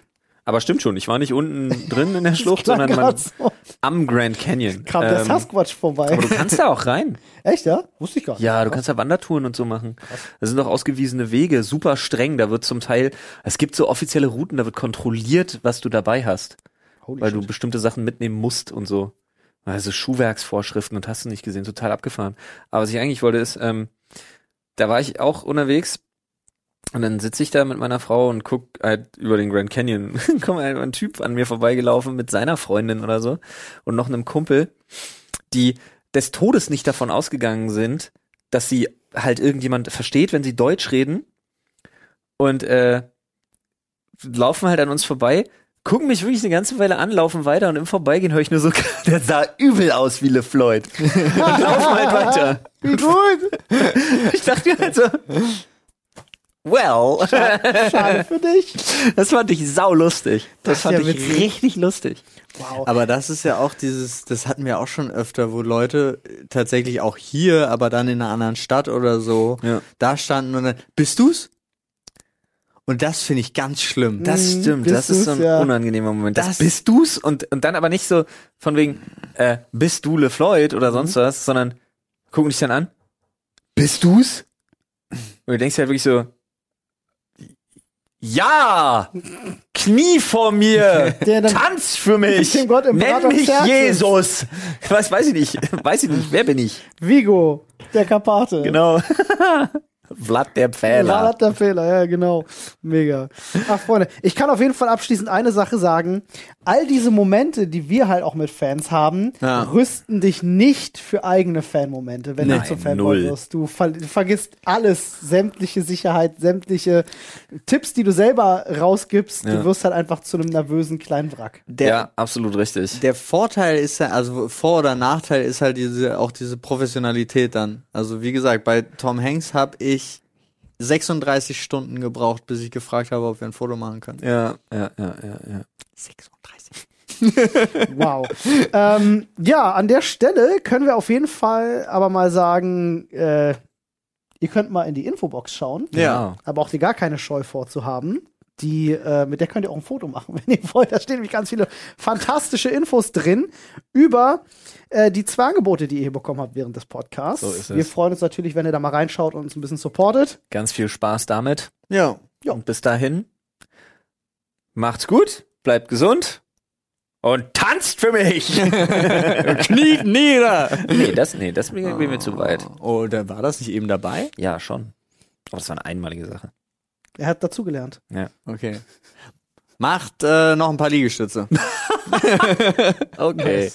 Speaker 1: aber stimmt schon. Ich war nicht unten drin in der Schlucht, sondern man,
Speaker 2: grad so.
Speaker 1: am Grand Canyon.
Speaker 2: Kam der
Speaker 1: Ähm,
Speaker 2: Sasquatch vorbei.
Speaker 1: aber du kannst da auch rein.
Speaker 2: Echt, ja? Wusste ich gar nicht.
Speaker 1: Ja, du kannst da Wandertouren und so machen. Das sind auch ausgewiesene Wege, super streng. Da wird zum Teil, es gibt so offizielle Routen, da wird kontrolliert, was du dabei hast,
Speaker 2: Holy
Speaker 1: weil
Speaker 2: shit.
Speaker 1: du bestimmte Sachen mitnehmen musst und so. Also Schuhwerksvorschriften und hast du nicht gesehen, total abgefahren. Aber was ich eigentlich wollte ist, ähm, da war ich auch unterwegs und dann sitze ich da mit meiner Frau und guck halt über den Grand Canyon. Kommt halt ein Typ an mir vorbeigelaufen mit seiner Freundin oder so und noch einem Kumpel, die des Todes nicht davon ausgegangen sind, dass sie halt irgendjemand versteht, wenn sie Deutsch reden und äh, laufen halt an uns vorbei, gucken mich wirklich eine ganze Weile an, laufen weiter und im Vorbeigehen höre ich nur so, der sah übel aus wie LeFloid. Und laufen halt weiter.
Speaker 2: Wie gut!
Speaker 1: Ich dachte mir halt so, well,
Speaker 2: Schade für dich.
Speaker 1: das fand ich saulustig. Das,
Speaker 2: ist
Speaker 1: fand
Speaker 2: ja
Speaker 1: ich
Speaker 2: witzig.
Speaker 1: richtig lustig.
Speaker 2: Wow.
Speaker 3: Aber das ist ja auch dieses, das hatten wir auch schon öfter, wo Leute äh, tatsächlich auch hier, aber dann in einer anderen Stadt oder so,
Speaker 1: Ja.
Speaker 3: da standen und dann, bist du's? Und das finde ich ganz schlimm.
Speaker 1: Das
Speaker 2: Mhm,
Speaker 1: stimmt,
Speaker 2: bist
Speaker 1: das ist so ein
Speaker 2: du's, ja.
Speaker 1: unangenehmer Moment. Das,
Speaker 3: Das-
Speaker 1: bist du's und, und dann aber nicht so von wegen, äh, bist du LeFloid oder sonst
Speaker 2: Mhm.
Speaker 1: was, sondern gucken dich dann an, bist du's? Und du denkst dir halt wirklich so, ja, Knie vor mir,
Speaker 2: Der dann-
Speaker 1: tanz für mich,
Speaker 2: Dem Gott im Rat
Speaker 1: nenn
Speaker 2: und
Speaker 1: mich
Speaker 2: Xerxes.
Speaker 1: Jesus. Was weiß ich nicht, weiß ich nicht, wer bin ich?
Speaker 2: Vigo, der Kapate.
Speaker 1: Genau. Vlad der
Speaker 2: War
Speaker 1: Pfähler.
Speaker 2: das der Fehler, ja, genau. Mega. Ach, Freunde, ich kann auf jeden Fall abschließend eine Sache sagen. All diese Momente, die wir halt auch mit Fans haben,
Speaker 3: Ja.
Speaker 2: rüsten dich nicht für eigene Fan-Momente, wenn
Speaker 1: Nein,
Speaker 2: du zum Fanboy
Speaker 1: null.
Speaker 2: wirst. Du ver vergisst alles, sämtliche Sicherheit, sämtliche Tipps, die du selber rausgibst. Du
Speaker 1: Ja.
Speaker 2: wirst halt einfach zu einem nervösen kleinen Wrack.
Speaker 3: Der,
Speaker 1: ja, absolut richtig.
Speaker 3: der Vorteil ist ja, also Vor- oder Nachteil ist halt diese, auch diese Professionalität dann. Also wie gesagt, bei Tom Hanks habe ich 36 Stunden gebraucht, bis ich gefragt habe, ob wir ein Foto machen können.
Speaker 1: Ja, ja, ja, ja, ja.
Speaker 3: 36.
Speaker 2: Wow. ähm, ja, an der Stelle können wir auf jeden Fall aber mal sagen, äh, ihr könnt mal in die Infobox schauen.
Speaker 3: Ja.
Speaker 2: aber auch die gar keine Scheu vorzuhaben. Die, äh, mit der könnt ihr auch ein Foto machen, wenn ihr wollt. Da stehen nämlich ganz viele fantastische Infos drin über äh, die zwei Angebote, die ihr hier bekommen habt während des Podcasts.
Speaker 1: So ist es.
Speaker 2: Wir freuen uns natürlich, wenn ihr da mal reinschaut und uns ein bisschen supportet.
Speaker 1: Ganz viel Spaß damit.
Speaker 3: Ja.
Speaker 2: Ja.
Speaker 1: Und bis dahin, macht's gut, bleibt gesund und tanzt für mich.
Speaker 3: Kniet nieder!
Speaker 1: nee, das, nee, das ging mir zu weit.
Speaker 3: Oh, da war das nicht eben dabei?
Speaker 1: Ja, schon. Aber das war eine einmalige Sache.
Speaker 2: Er hat dazugelernt.
Speaker 1: Ja.
Speaker 3: Okay. Macht äh, noch ein paar Liegestütze.
Speaker 1: Okay.